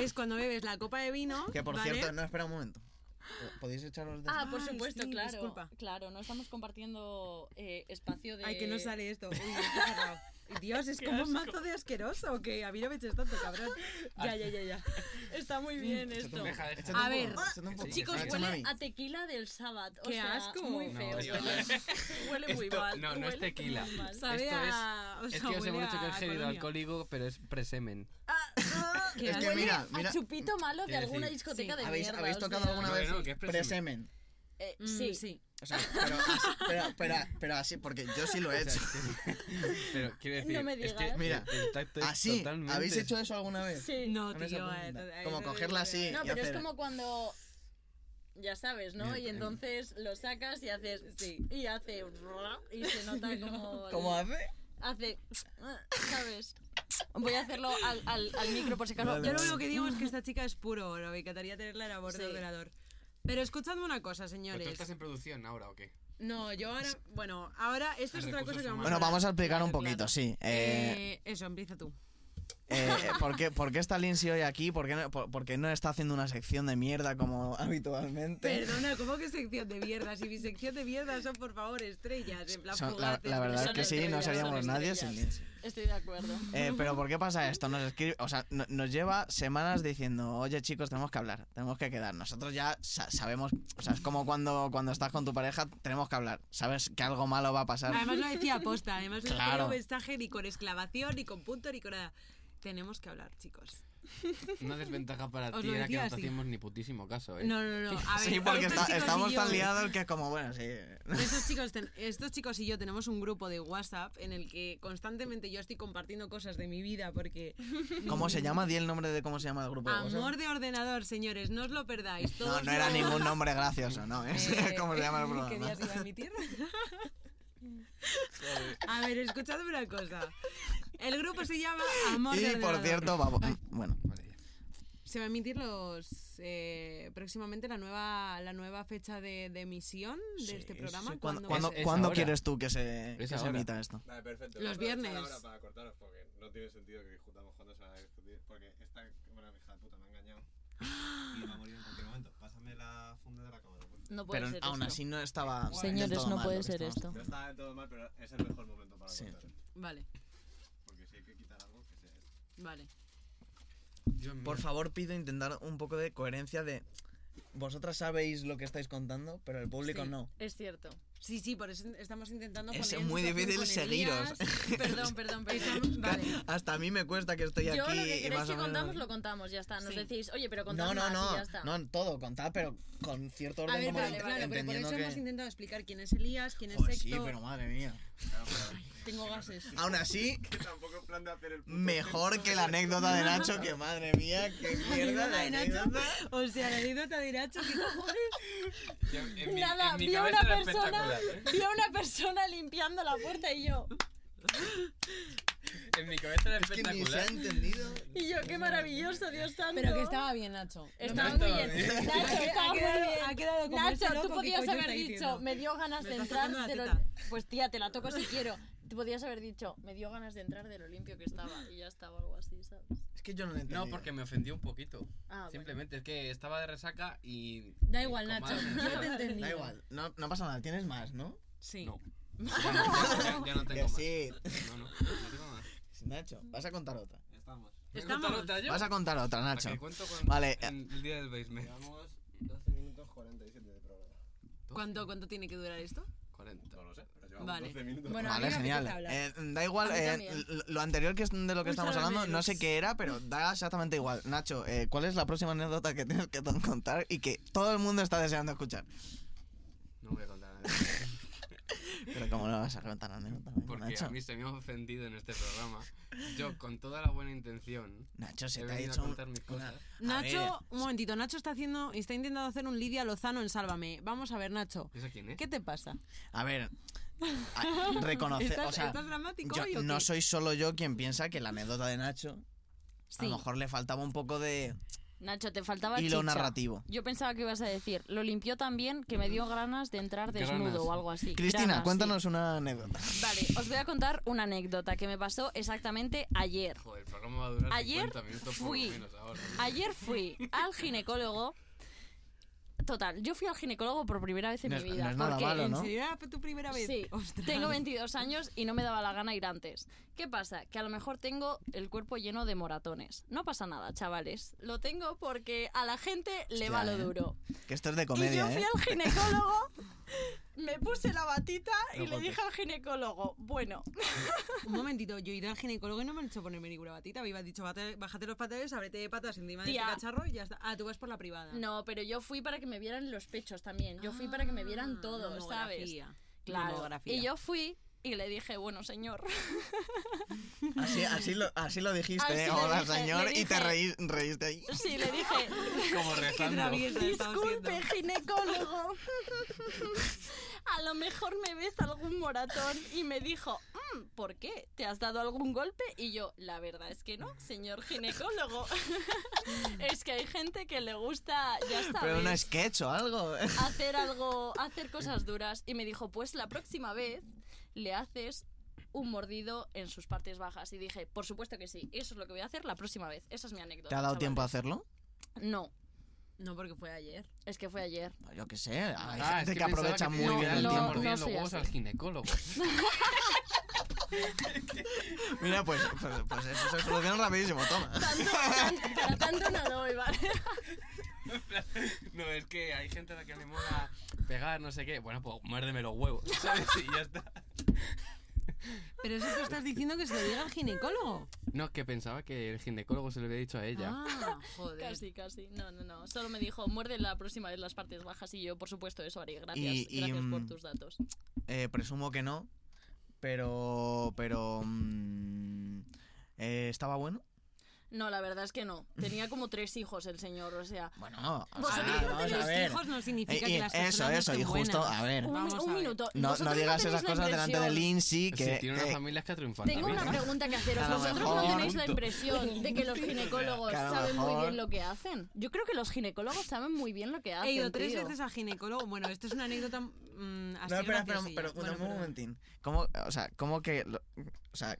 Speaker 4: es cuando bebes la copa de vino.
Speaker 3: Que por
Speaker 4: ¿vale?
Speaker 3: cierto, no, espera un momento. ¿Podéis echaros de.?
Speaker 1: Ah, por
Speaker 4: Ay,
Speaker 1: supuesto,
Speaker 4: sí,
Speaker 1: claro.
Speaker 4: disculpa.
Speaker 1: Claro, no estamos compartiendo eh, espacio de.
Speaker 4: Ay, que no sale esto. Uy, está cerrado. Dios, es como un mazo de asqueroso. Que a mí no me eches tanto, cabrón. Ya, ya, ya, ya.
Speaker 1: Está muy bien esto.
Speaker 3: Échate
Speaker 4: A
Speaker 3: un
Speaker 4: ver,
Speaker 3: poco, échate un poco.
Speaker 1: Chicos,
Speaker 3: Échame a mí.
Speaker 1: huele a tequila del sábado.
Speaker 4: Qué
Speaker 1: o sea,
Speaker 4: asco.
Speaker 1: Muy
Speaker 2: No,
Speaker 1: feo.
Speaker 2: tío.
Speaker 1: huele, huele muy
Speaker 2: Esto-
Speaker 1: mal.
Speaker 2: no, no es
Speaker 1: huele muy
Speaker 2: tequila.
Speaker 1: mal.
Speaker 4: Sabe
Speaker 2: Esto es-
Speaker 4: a- o
Speaker 2: Es
Speaker 4: sea,
Speaker 2: que os
Speaker 4: huele
Speaker 2: hemos dicho que
Speaker 4: a
Speaker 2: es gel
Speaker 4: colonia.
Speaker 2: alcohólico, pero es presemen.
Speaker 1: Ah,
Speaker 4: Qué
Speaker 3: Es que
Speaker 4: asco.
Speaker 3: mira,
Speaker 1: Huele
Speaker 3: mira-
Speaker 1: a chupito malo de
Speaker 2: Quiero
Speaker 1: alguna
Speaker 2: decir-
Speaker 1: discoteca
Speaker 4: Sí.
Speaker 1: de
Speaker 3: ¿Habéis,
Speaker 1: mierda.
Speaker 3: ¿habéis
Speaker 1: o
Speaker 3: tocado
Speaker 1: sea,
Speaker 3: alguna
Speaker 2: No,
Speaker 3: vez
Speaker 2: no, que es presemen.
Speaker 3: presemen?
Speaker 1: eh,
Speaker 4: Mm,
Speaker 1: sí.
Speaker 4: sí.
Speaker 3: O sea, pero, así- pero, pero, pero así, porque yo sí lo he hecho.
Speaker 2: Pero quiero decir,
Speaker 1: No me
Speaker 2: es que
Speaker 1: digas.
Speaker 3: Mira,
Speaker 2: el- el tacto es
Speaker 3: Así,
Speaker 2: totalmente-
Speaker 3: ¿habéis hecho eso alguna vez?
Speaker 1: Sí.
Speaker 4: No,
Speaker 3: Con esa
Speaker 4: tío. eh,
Speaker 3: punta.
Speaker 4: eh,
Speaker 3: Como
Speaker 4: eh,
Speaker 3: cogerla
Speaker 4: eh,
Speaker 3: así.
Speaker 1: No,
Speaker 3: y
Speaker 1: pero es
Speaker 3: hacer-
Speaker 1: como cuando. Ya sabes, ¿no?
Speaker 3: Mira,
Speaker 1: Y entonces lo sacas y haces. Sí. Y hace. Y se nota como.
Speaker 3: ¿Cómo hace?
Speaker 1: hace. ¿Sabes? Voy a hacerlo al, al, al micro por si acaso.
Speaker 3: Vale,
Speaker 4: Yo lo
Speaker 3: vale.
Speaker 4: único que digo es que esta chica es puro oro. Me encantaría tenerla en amor de
Speaker 1: Sí.
Speaker 4: ordenador. Pero escuchadme una cosa,
Speaker 2: ¿Pero
Speaker 4: señores.
Speaker 2: ¿Tú estás en producción ahora o qué?
Speaker 4: No, yo ahora. Bueno, ahora esto es
Speaker 2: En
Speaker 4: otra cosa
Speaker 2: recursos
Speaker 4: que vamos a.
Speaker 2: humanos.
Speaker 3: Bueno, vamos a explicar un
Speaker 1: Claro,
Speaker 3: poquito,
Speaker 1: claro.
Speaker 3: sí. Eh,
Speaker 4: Eh, eso, empieza tú.
Speaker 3: Eh, eh, ¿por, qué, por qué está Lindsay hoy aquí? ¿Por qué, no, por, por qué no está haciendo una sección de mierda como habitualmente?
Speaker 4: Perdona, ¿cómo que sección de mierda? Si mi sección de mierda son, por favor, estrellas, en plan
Speaker 3: Son- la,
Speaker 4: fugaces.
Speaker 3: la verdad es
Speaker 1: Son
Speaker 3: que sí, no
Speaker 1: estrellas, son
Speaker 3: seríamos nadie
Speaker 1: estrellas.
Speaker 3: sin Lindsay.
Speaker 1: Estoy de acuerdo.
Speaker 3: Eh, pero ¿por qué pasa esto? Nos escribe, o sea, no- nos lleva semanas diciendo, oye chicos, tenemos que hablar, tenemos que quedar. Nosotros ya sa- sabemos, o sea, es como cuando, cuando estás con tu pareja, tenemos que hablar. Sabes que algo malo va a pasar.
Speaker 4: Además lo decía aposta, además no
Speaker 3: Claro.
Speaker 4: tenía mensaje ni con exclamación, ni con punto, ni con nada. Tenemos que hablar, chicos.
Speaker 2: Una desventaja para
Speaker 4: Os
Speaker 2: ti
Speaker 4: lo
Speaker 2: era que
Speaker 4: decía
Speaker 2: no te
Speaker 4: así.
Speaker 2: hacíamos ni putísimo caso, ¿eh?
Speaker 4: No, no, no. A ver,
Speaker 3: sí, porque
Speaker 4: estos
Speaker 3: está-
Speaker 4: chicos y
Speaker 3: estamos
Speaker 4: yo-
Speaker 3: tan liados que es como, bueno, sí.
Speaker 4: Estos chicos, ten- estos chicos y yo tenemos un grupo de WhatsApp en el que constantemente yo estoy compartiendo cosas de mi vida porque...
Speaker 3: ¿Cómo se llama? Di el nombre de cómo se llama el grupo. de WhatsApp.
Speaker 4: Amor de ordenador, señores, no os lo perdáis.
Speaker 3: No,
Speaker 4: Todos
Speaker 3: no era
Speaker 4: los-
Speaker 3: ningún nombre gracioso, no. Es
Speaker 4: Eh,
Speaker 3: como se llama el
Speaker 4: ¿Qué
Speaker 3: programa.
Speaker 4: días iba a emitir? a ver, escuchadme una cosa. El grupo se llama Amor de
Speaker 3: Y por
Speaker 4: ordenador.
Speaker 3: cierto, vamos. Bueno,
Speaker 2: Vale, ya.
Speaker 4: Se va a emitir los eh, próximamente la nueva la nueva fecha de, de emisión de
Speaker 3: sí,
Speaker 4: este
Speaker 3: sí.
Speaker 4: programa.
Speaker 3: ¿Cuándo,
Speaker 4: cuando-
Speaker 3: cuándo-
Speaker 2: Es- es
Speaker 3: cuándo
Speaker 2: ahora.
Speaker 3: quieres tú que se, que se
Speaker 2: ahora.
Speaker 3: emita esto?
Speaker 5: Vale, perfecto.
Speaker 4: Los
Speaker 5: Voy a aprovechar
Speaker 4: viernes.
Speaker 5: Ahora para cortaros porque no tiene sentido que discutamos cuando se van a discutir. Porque esta cámara, hija de puta, me ha engañado. Y va a morir en cualquier momento. Pásame la funda de la cámara. por favor.
Speaker 1: No puede
Speaker 3: Pero
Speaker 1: ser.
Speaker 3: aún
Speaker 1: esto.
Speaker 3: así no estaba. del
Speaker 1: Señores,
Speaker 3: todo
Speaker 1: no
Speaker 3: mal
Speaker 1: puede
Speaker 3: lo que
Speaker 1: ser
Speaker 3: estábamos
Speaker 1: esto.
Speaker 5: No está del todo mal, pero es el mejor momento para
Speaker 3: Sí.
Speaker 5: cortar.
Speaker 4: Vale,
Speaker 5: Porque si hay que quitar algo, que sea esto.
Speaker 4: vale.
Speaker 2: Dios mío.
Speaker 3: Por favor, pido intentar un poco de coherencia de. Vosotras sabéis lo que estáis contando, pero el público
Speaker 4: Sí.
Speaker 3: no.
Speaker 1: Es cierto.
Speaker 4: Sí, sí, por eso estamos intentando
Speaker 3: Es
Speaker 4: poner en
Speaker 3: muy
Speaker 4: situación
Speaker 3: difícil
Speaker 4: con
Speaker 3: seguiros.
Speaker 4: Elías.
Speaker 1: Perdón, perdón,
Speaker 4: Estamos-
Speaker 1: perdón.
Speaker 4: vale.
Speaker 3: Hasta a mí me cuesta que estoy
Speaker 1: Yo
Speaker 3: aquí.
Speaker 1: lo que
Speaker 3: y
Speaker 1: queréis
Speaker 3: más
Speaker 1: que
Speaker 3: o menos-
Speaker 1: contamos lo contamos, ya está. Nos
Speaker 4: Sí.
Speaker 1: decís, oye, pero contad
Speaker 3: No, no,
Speaker 1: más y ya
Speaker 3: no.
Speaker 1: está.
Speaker 3: No, todo, contad, pero con cierto orden
Speaker 4: A ver,
Speaker 3: como de
Speaker 4: vale,
Speaker 3: ent-
Speaker 4: claro, pero por
Speaker 3: entendiendo
Speaker 4: eso
Speaker 3: que.
Speaker 4: hemos intentado explicar quién es Elías, quién es
Speaker 3: Joder,
Speaker 4: Sexto.
Speaker 3: sí, pero madre mía.
Speaker 5: Claro, pero
Speaker 4: Tengo gases.
Speaker 3: Aún así,
Speaker 5: que tampoco en plan de hacer el puto
Speaker 3: Mejor
Speaker 5: texto
Speaker 3: que
Speaker 5: de
Speaker 3: la anécdota de Nacho, que madre mía, qué mierda de
Speaker 4: La anécdota de Nacho.
Speaker 3: anécdota.
Speaker 4: O sea, la anécdota de Nacho, ¿qué cojones?
Speaker 2: Yo- en mi-
Speaker 1: Nada,
Speaker 2: en mi
Speaker 1: vi a
Speaker 2: cabeza
Speaker 1: una
Speaker 2: era
Speaker 1: persona,
Speaker 2: espectacular, ¿eh?
Speaker 1: vi a una persona limpiando la puerta y yo,
Speaker 2: En mi cabeza era
Speaker 3: Es que ni se ha
Speaker 2: espectacular.
Speaker 3: entendido.
Speaker 1: y yo, qué maravilloso, Dios santo.
Speaker 4: Pero que estaba bien, Nacho.
Speaker 1: Estaba
Speaker 2: No,
Speaker 1: muy
Speaker 2: estaba
Speaker 1: bien.
Speaker 3: ¿eh?
Speaker 2: bien.
Speaker 1: Nacho, estaba
Speaker 4: Ha
Speaker 1: muy
Speaker 4: quedado,
Speaker 1: bien.
Speaker 4: ha quedado como este
Speaker 1: Nacho,
Speaker 4: loco
Speaker 1: tú
Speaker 4: que
Speaker 1: podías
Speaker 4: coño
Speaker 1: haber
Speaker 4: está
Speaker 1: dicho,
Speaker 4: diciendo.
Speaker 1: me dio ganas
Speaker 4: Me
Speaker 1: de
Speaker 4: está
Speaker 1: entrar
Speaker 4: tocando
Speaker 1: de
Speaker 4: la
Speaker 1: lo...
Speaker 4: teta.
Speaker 1: Pues tía, te la toco si quiero. Tú podías haber dicho, me dio ganas de entrar de lo limpio que estaba. Y ya estaba algo así, ¿sabes?
Speaker 3: Es que yo no lo entiendo.
Speaker 2: No, porque me ofendió un poquito.
Speaker 1: Ah, bueno.
Speaker 2: Simplemente es que estaba de resaca y.
Speaker 4: Da igual,
Speaker 2: y
Speaker 4: Nacho.
Speaker 2: comadre,
Speaker 4: Yo te he
Speaker 2: ¿sabes?
Speaker 4: entendido.
Speaker 3: Da igual, no, no pasa nada, tienes más, ¿no?
Speaker 4: Sí.
Speaker 2: No. Ya no- ya- ya no
Speaker 3: Que
Speaker 2: tengo más.
Speaker 3: sí.
Speaker 2: No, no, no tengo más.
Speaker 3: Nacho, vas a contar otra.
Speaker 5: texto. Estamos.
Speaker 2: ¿Me
Speaker 4: Estamos-
Speaker 2: cuentas otra yo?
Speaker 3: Vas a contar otra,
Speaker 2: ¿A
Speaker 3: Nacho.
Speaker 2: que cuento con-
Speaker 3: Vale, eh.
Speaker 2: en el día del basement.
Speaker 5: Llevamos 12 minutos 47 de programa.
Speaker 4: ¿Cuánto, ¿Cuánto tiene que durar esto?
Speaker 2: 40.
Speaker 5: No lo sé, pero llevamos
Speaker 4: Vale.
Speaker 5: 12 minutos.
Speaker 4: Bueno, a mí
Speaker 3: Vale,
Speaker 4: me
Speaker 3: genial.
Speaker 4: apetece hablar.
Speaker 3: Eh, da igual,
Speaker 1: A mí
Speaker 3: eh,
Speaker 1: también.
Speaker 3: l- lo anterior que es de lo que
Speaker 4: Mucho
Speaker 3: estamos
Speaker 4: de
Speaker 3: hablando, no
Speaker 4: menos.
Speaker 3: sé qué era, pero da exactamente igual. Nacho, eh, ¿cuál es la próxima anécdota que tienes que contar y que todo el mundo está deseando escuchar?
Speaker 2: No voy a contar nada.
Speaker 3: Pero ¿cómo no vas a contar anécdota? venga,
Speaker 2: Porque
Speaker 3: Nacho?
Speaker 2: a mí se me ha ofendido en este programa. Yo, con toda la buena intención,
Speaker 3: Nacho, se
Speaker 2: he
Speaker 3: te ha
Speaker 2: venido a
Speaker 3: hecho un-
Speaker 2: contar mis
Speaker 3: una-
Speaker 2: cosas.
Speaker 3: A ver.
Speaker 4: Nacho, un momentito. Nacho está haciendo, está intentando hacer un Lidia Lozano en Sálvame. Vamos a ver, Nacho.
Speaker 2: ¿Esa quién es?
Speaker 4: ¿Qué te pasa?
Speaker 3: A ver, a- reconocer,
Speaker 4: ¿Estás,
Speaker 3: o sea,
Speaker 4: estás dramático
Speaker 3: yo-
Speaker 4: hoy o
Speaker 3: no
Speaker 4: qué?
Speaker 3: soy solo yo quien piensa que la anécdota de Nacho a
Speaker 4: Sí.
Speaker 3: lo mejor le faltaba un poco de
Speaker 1: Nacho, te faltaba chicha.
Speaker 3: hilo narrativo.
Speaker 1: Yo pensaba que ibas a decir, lo limpió tan bien que me dio Mm. ganas de entrar
Speaker 2: Granas.
Speaker 1: desnudo o algo así.
Speaker 3: Cristina,
Speaker 1: Granas, sí.
Speaker 3: cuéntanos una anécdota.
Speaker 1: Vale, os voy a contar una anécdota que me pasó exactamente ayer.
Speaker 2: Joder, el programa va a durar
Speaker 1: Ayer
Speaker 2: 50 minutos por
Speaker 1: fui-
Speaker 2: lo menos ahora.
Speaker 1: Ayer fui al ginecólogo. Total, yo fui al ginecólogo por primera vez en
Speaker 3: No
Speaker 1: mi
Speaker 3: es-
Speaker 1: vida.
Speaker 3: no es nada
Speaker 1: porque
Speaker 3: malo,
Speaker 4: ¿En
Speaker 3: ¿no?
Speaker 4: serio era tu primera vez?
Speaker 1: Sí,
Speaker 4: Ostras.
Speaker 1: tengo 22 años y no me daba la gana ir antes. ¿Qué pasa? Que a lo mejor tengo el cuerpo lleno de moratones. No pasa nada, chavales. Lo tengo porque a la gente le
Speaker 3: Hostia,
Speaker 1: va lo
Speaker 3: ¿eh?
Speaker 1: duro.
Speaker 3: Que esto es de
Speaker 1: y yo
Speaker 3: comedia,
Speaker 1: fui
Speaker 3: ¿eh?
Speaker 1: al ginecólogo, me puse la batita y
Speaker 3: No
Speaker 1: le
Speaker 3: golpes.
Speaker 1: dije al ginecólogo, bueno,
Speaker 4: Un momentito, yo iré al ginecólogo y no me han hecho ponerme ninguna batita. Me ibas dicho, "Bate- bájate los pantalones, ábrete de patas encima de este
Speaker 1: Tía.
Speaker 4: cacharro y ya está. Ah, tú vas por la privada.
Speaker 1: no, pero yo fui para que me vieran los pechos también. Yo fui para que me vieran
Speaker 4: Ah,
Speaker 1: todo, ¿sabes?
Speaker 4: mamografía.
Speaker 1: Claro.
Speaker 4: Mamografía.
Speaker 1: Y yo fui y le dije, bueno, señor.
Speaker 3: Así, así, lo, así lo dijiste,
Speaker 1: Así
Speaker 3: ¿eh?
Speaker 1: le
Speaker 3: hola
Speaker 1: dije,
Speaker 3: señor,
Speaker 1: le
Speaker 3: y te
Speaker 1: dije-
Speaker 3: reí- reíste ahí.
Speaker 1: Sí, le dije,
Speaker 2: Como
Speaker 4: Qué
Speaker 2: rezando.
Speaker 4: traviesa estaba siendo.
Speaker 1: Disculpe, ginecólogo. a lo mejor me ves algún moratón. Y me dijo, "Mm, ¿por qué? ¿Te has dado algún golpe? Y yo, la verdad es que no, señor ginecólogo. es que hay gente que le gusta, ya sabes,
Speaker 3: Pero un sketch o algo. ¿eh?
Speaker 1: hacer algo, hacer cosas duras. Y me dijo, pues la próxima vez le haces un mordido en sus partes bajas. Y dije, por supuesto que sí, eso es lo que voy a hacer la próxima vez. Esa es mi anécdota.
Speaker 3: ¿Te ha dado
Speaker 1: chaval.
Speaker 3: tiempo a hacerlo?
Speaker 1: No,
Speaker 4: No, porque fue ayer.
Speaker 1: es que fue ayer.
Speaker 3: No, Pues Yo qué sé, hay
Speaker 2: Ah, es
Speaker 3: gente que,
Speaker 2: pensaba
Speaker 3: aprovecha
Speaker 2: te
Speaker 3: muy
Speaker 1: no,
Speaker 3: bien el
Speaker 1: no,
Speaker 3: tiempo.
Speaker 2: mordían
Speaker 1: no
Speaker 2: los
Speaker 1: soy
Speaker 2: huevos
Speaker 1: así.
Speaker 2: al ginecólogo.
Speaker 3: Mira, pues, pues, pues eso se soluciona rapidísimo, toma.
Speaker 1: Tanto, tan- para tanto no doy, ¿vale?
Speaker 2: no, es que hay gente a la que le mola pegar, no sé qué. Bueno, pues muérdeme los huevos, ¿sabes? Y ya está.
Speaker 4: Pero eso te estás diciendo que se lo diga al ginecólogo.
Speaker 2: No, es que pensaba que el ginecólogo se lo había dicho a ella.
Speaker 4: Ah, joder.
Speaker 1: Casi, casi. No, no, no. Solo me dijo, muerde la próxima vez las partes bajas y yo, por supuesto, eso haré. Gracias.
Speaker 3: Y- y,
Speaker 1: Gracias por
Speaker 3: mm,
Speaker 1: tus datos.
Speaker 3: Eh, presumo que no, pero. Pero. mm, eh, ¿Estaba bueno?
Speaker 1: No, la verdad es que no. Tenía como tres hijos el señor, o sea...
Speaker 3: Bueno, o
Speaker 1: Vosotros
Speaker 3: sea,
Speaker 1: no
Speaker 3: Ah, vamos a
Speaker 4: Los
Speaker 3: ver.
Speaker 4: hijos no
Speaker 3: Eh,
Speaker 4: significa
Speaker 3: y
Speaker 4: que las
Speaker 3: eso,
Speaker 4: personas
Speaker 3: eso,
Speaker 4: no
Speaker 3: y
Speaker 4: estén
Speaker 3: justo,
Speaker 4: buenas.
Speaker 3: a ver.
Speaker 1: Un,
Speaker 4: Vamos
Speaker 1: un
Speaker 4: a ver.
Speaker 1: minuto.
Speaker 3: No,
Speaker 1: ¿Vosotros
Speaker 3: no digas
Speaker 1: tenéis
Speaker 3: esas
Speaker 1: la
Speaker 3: cosas delante de
Speaker 1: impresión-
Speaker 3: Lindsay, que.
Speaker 2: Sí, tiene unas
Speaker 3: eh,
Speaker 2: familias que triunfan
Speaker 1: Tengo
Speaker 2: también,
Speaker 1: una
Speaker 2: ¿eh?
Speaker 1: pregunta que haceros.
Speaker 3: A lo
Speaker 1: ¿Vosotros no
Speaker 3: mejor-
Speaker 1: tenéis la impresión de que los ginecólogos
Speaker 3: Que a lo
Speaker 1: saben muy
Speaker 3: mejor-
Speaker 1: bien lo que hacen? Yo creo que los ginecólogos saben muy bien lo que hacen.
Speaker 4: He ido tres
Speaker 1: tío.
Speaker 4: veces al ginecólogo. Bueno, esto es una anécdota mm, así
Speaker 3: No, espera, espera,
Speaker 4: graciosilla.
Speaker 3: pero
Speaker 4: Bueno,
Speaker 3: dame un
Speaker 4: perdón.
Speaker 3: momentín. ¿Cómo, o sea, cómo que. lo- o sea,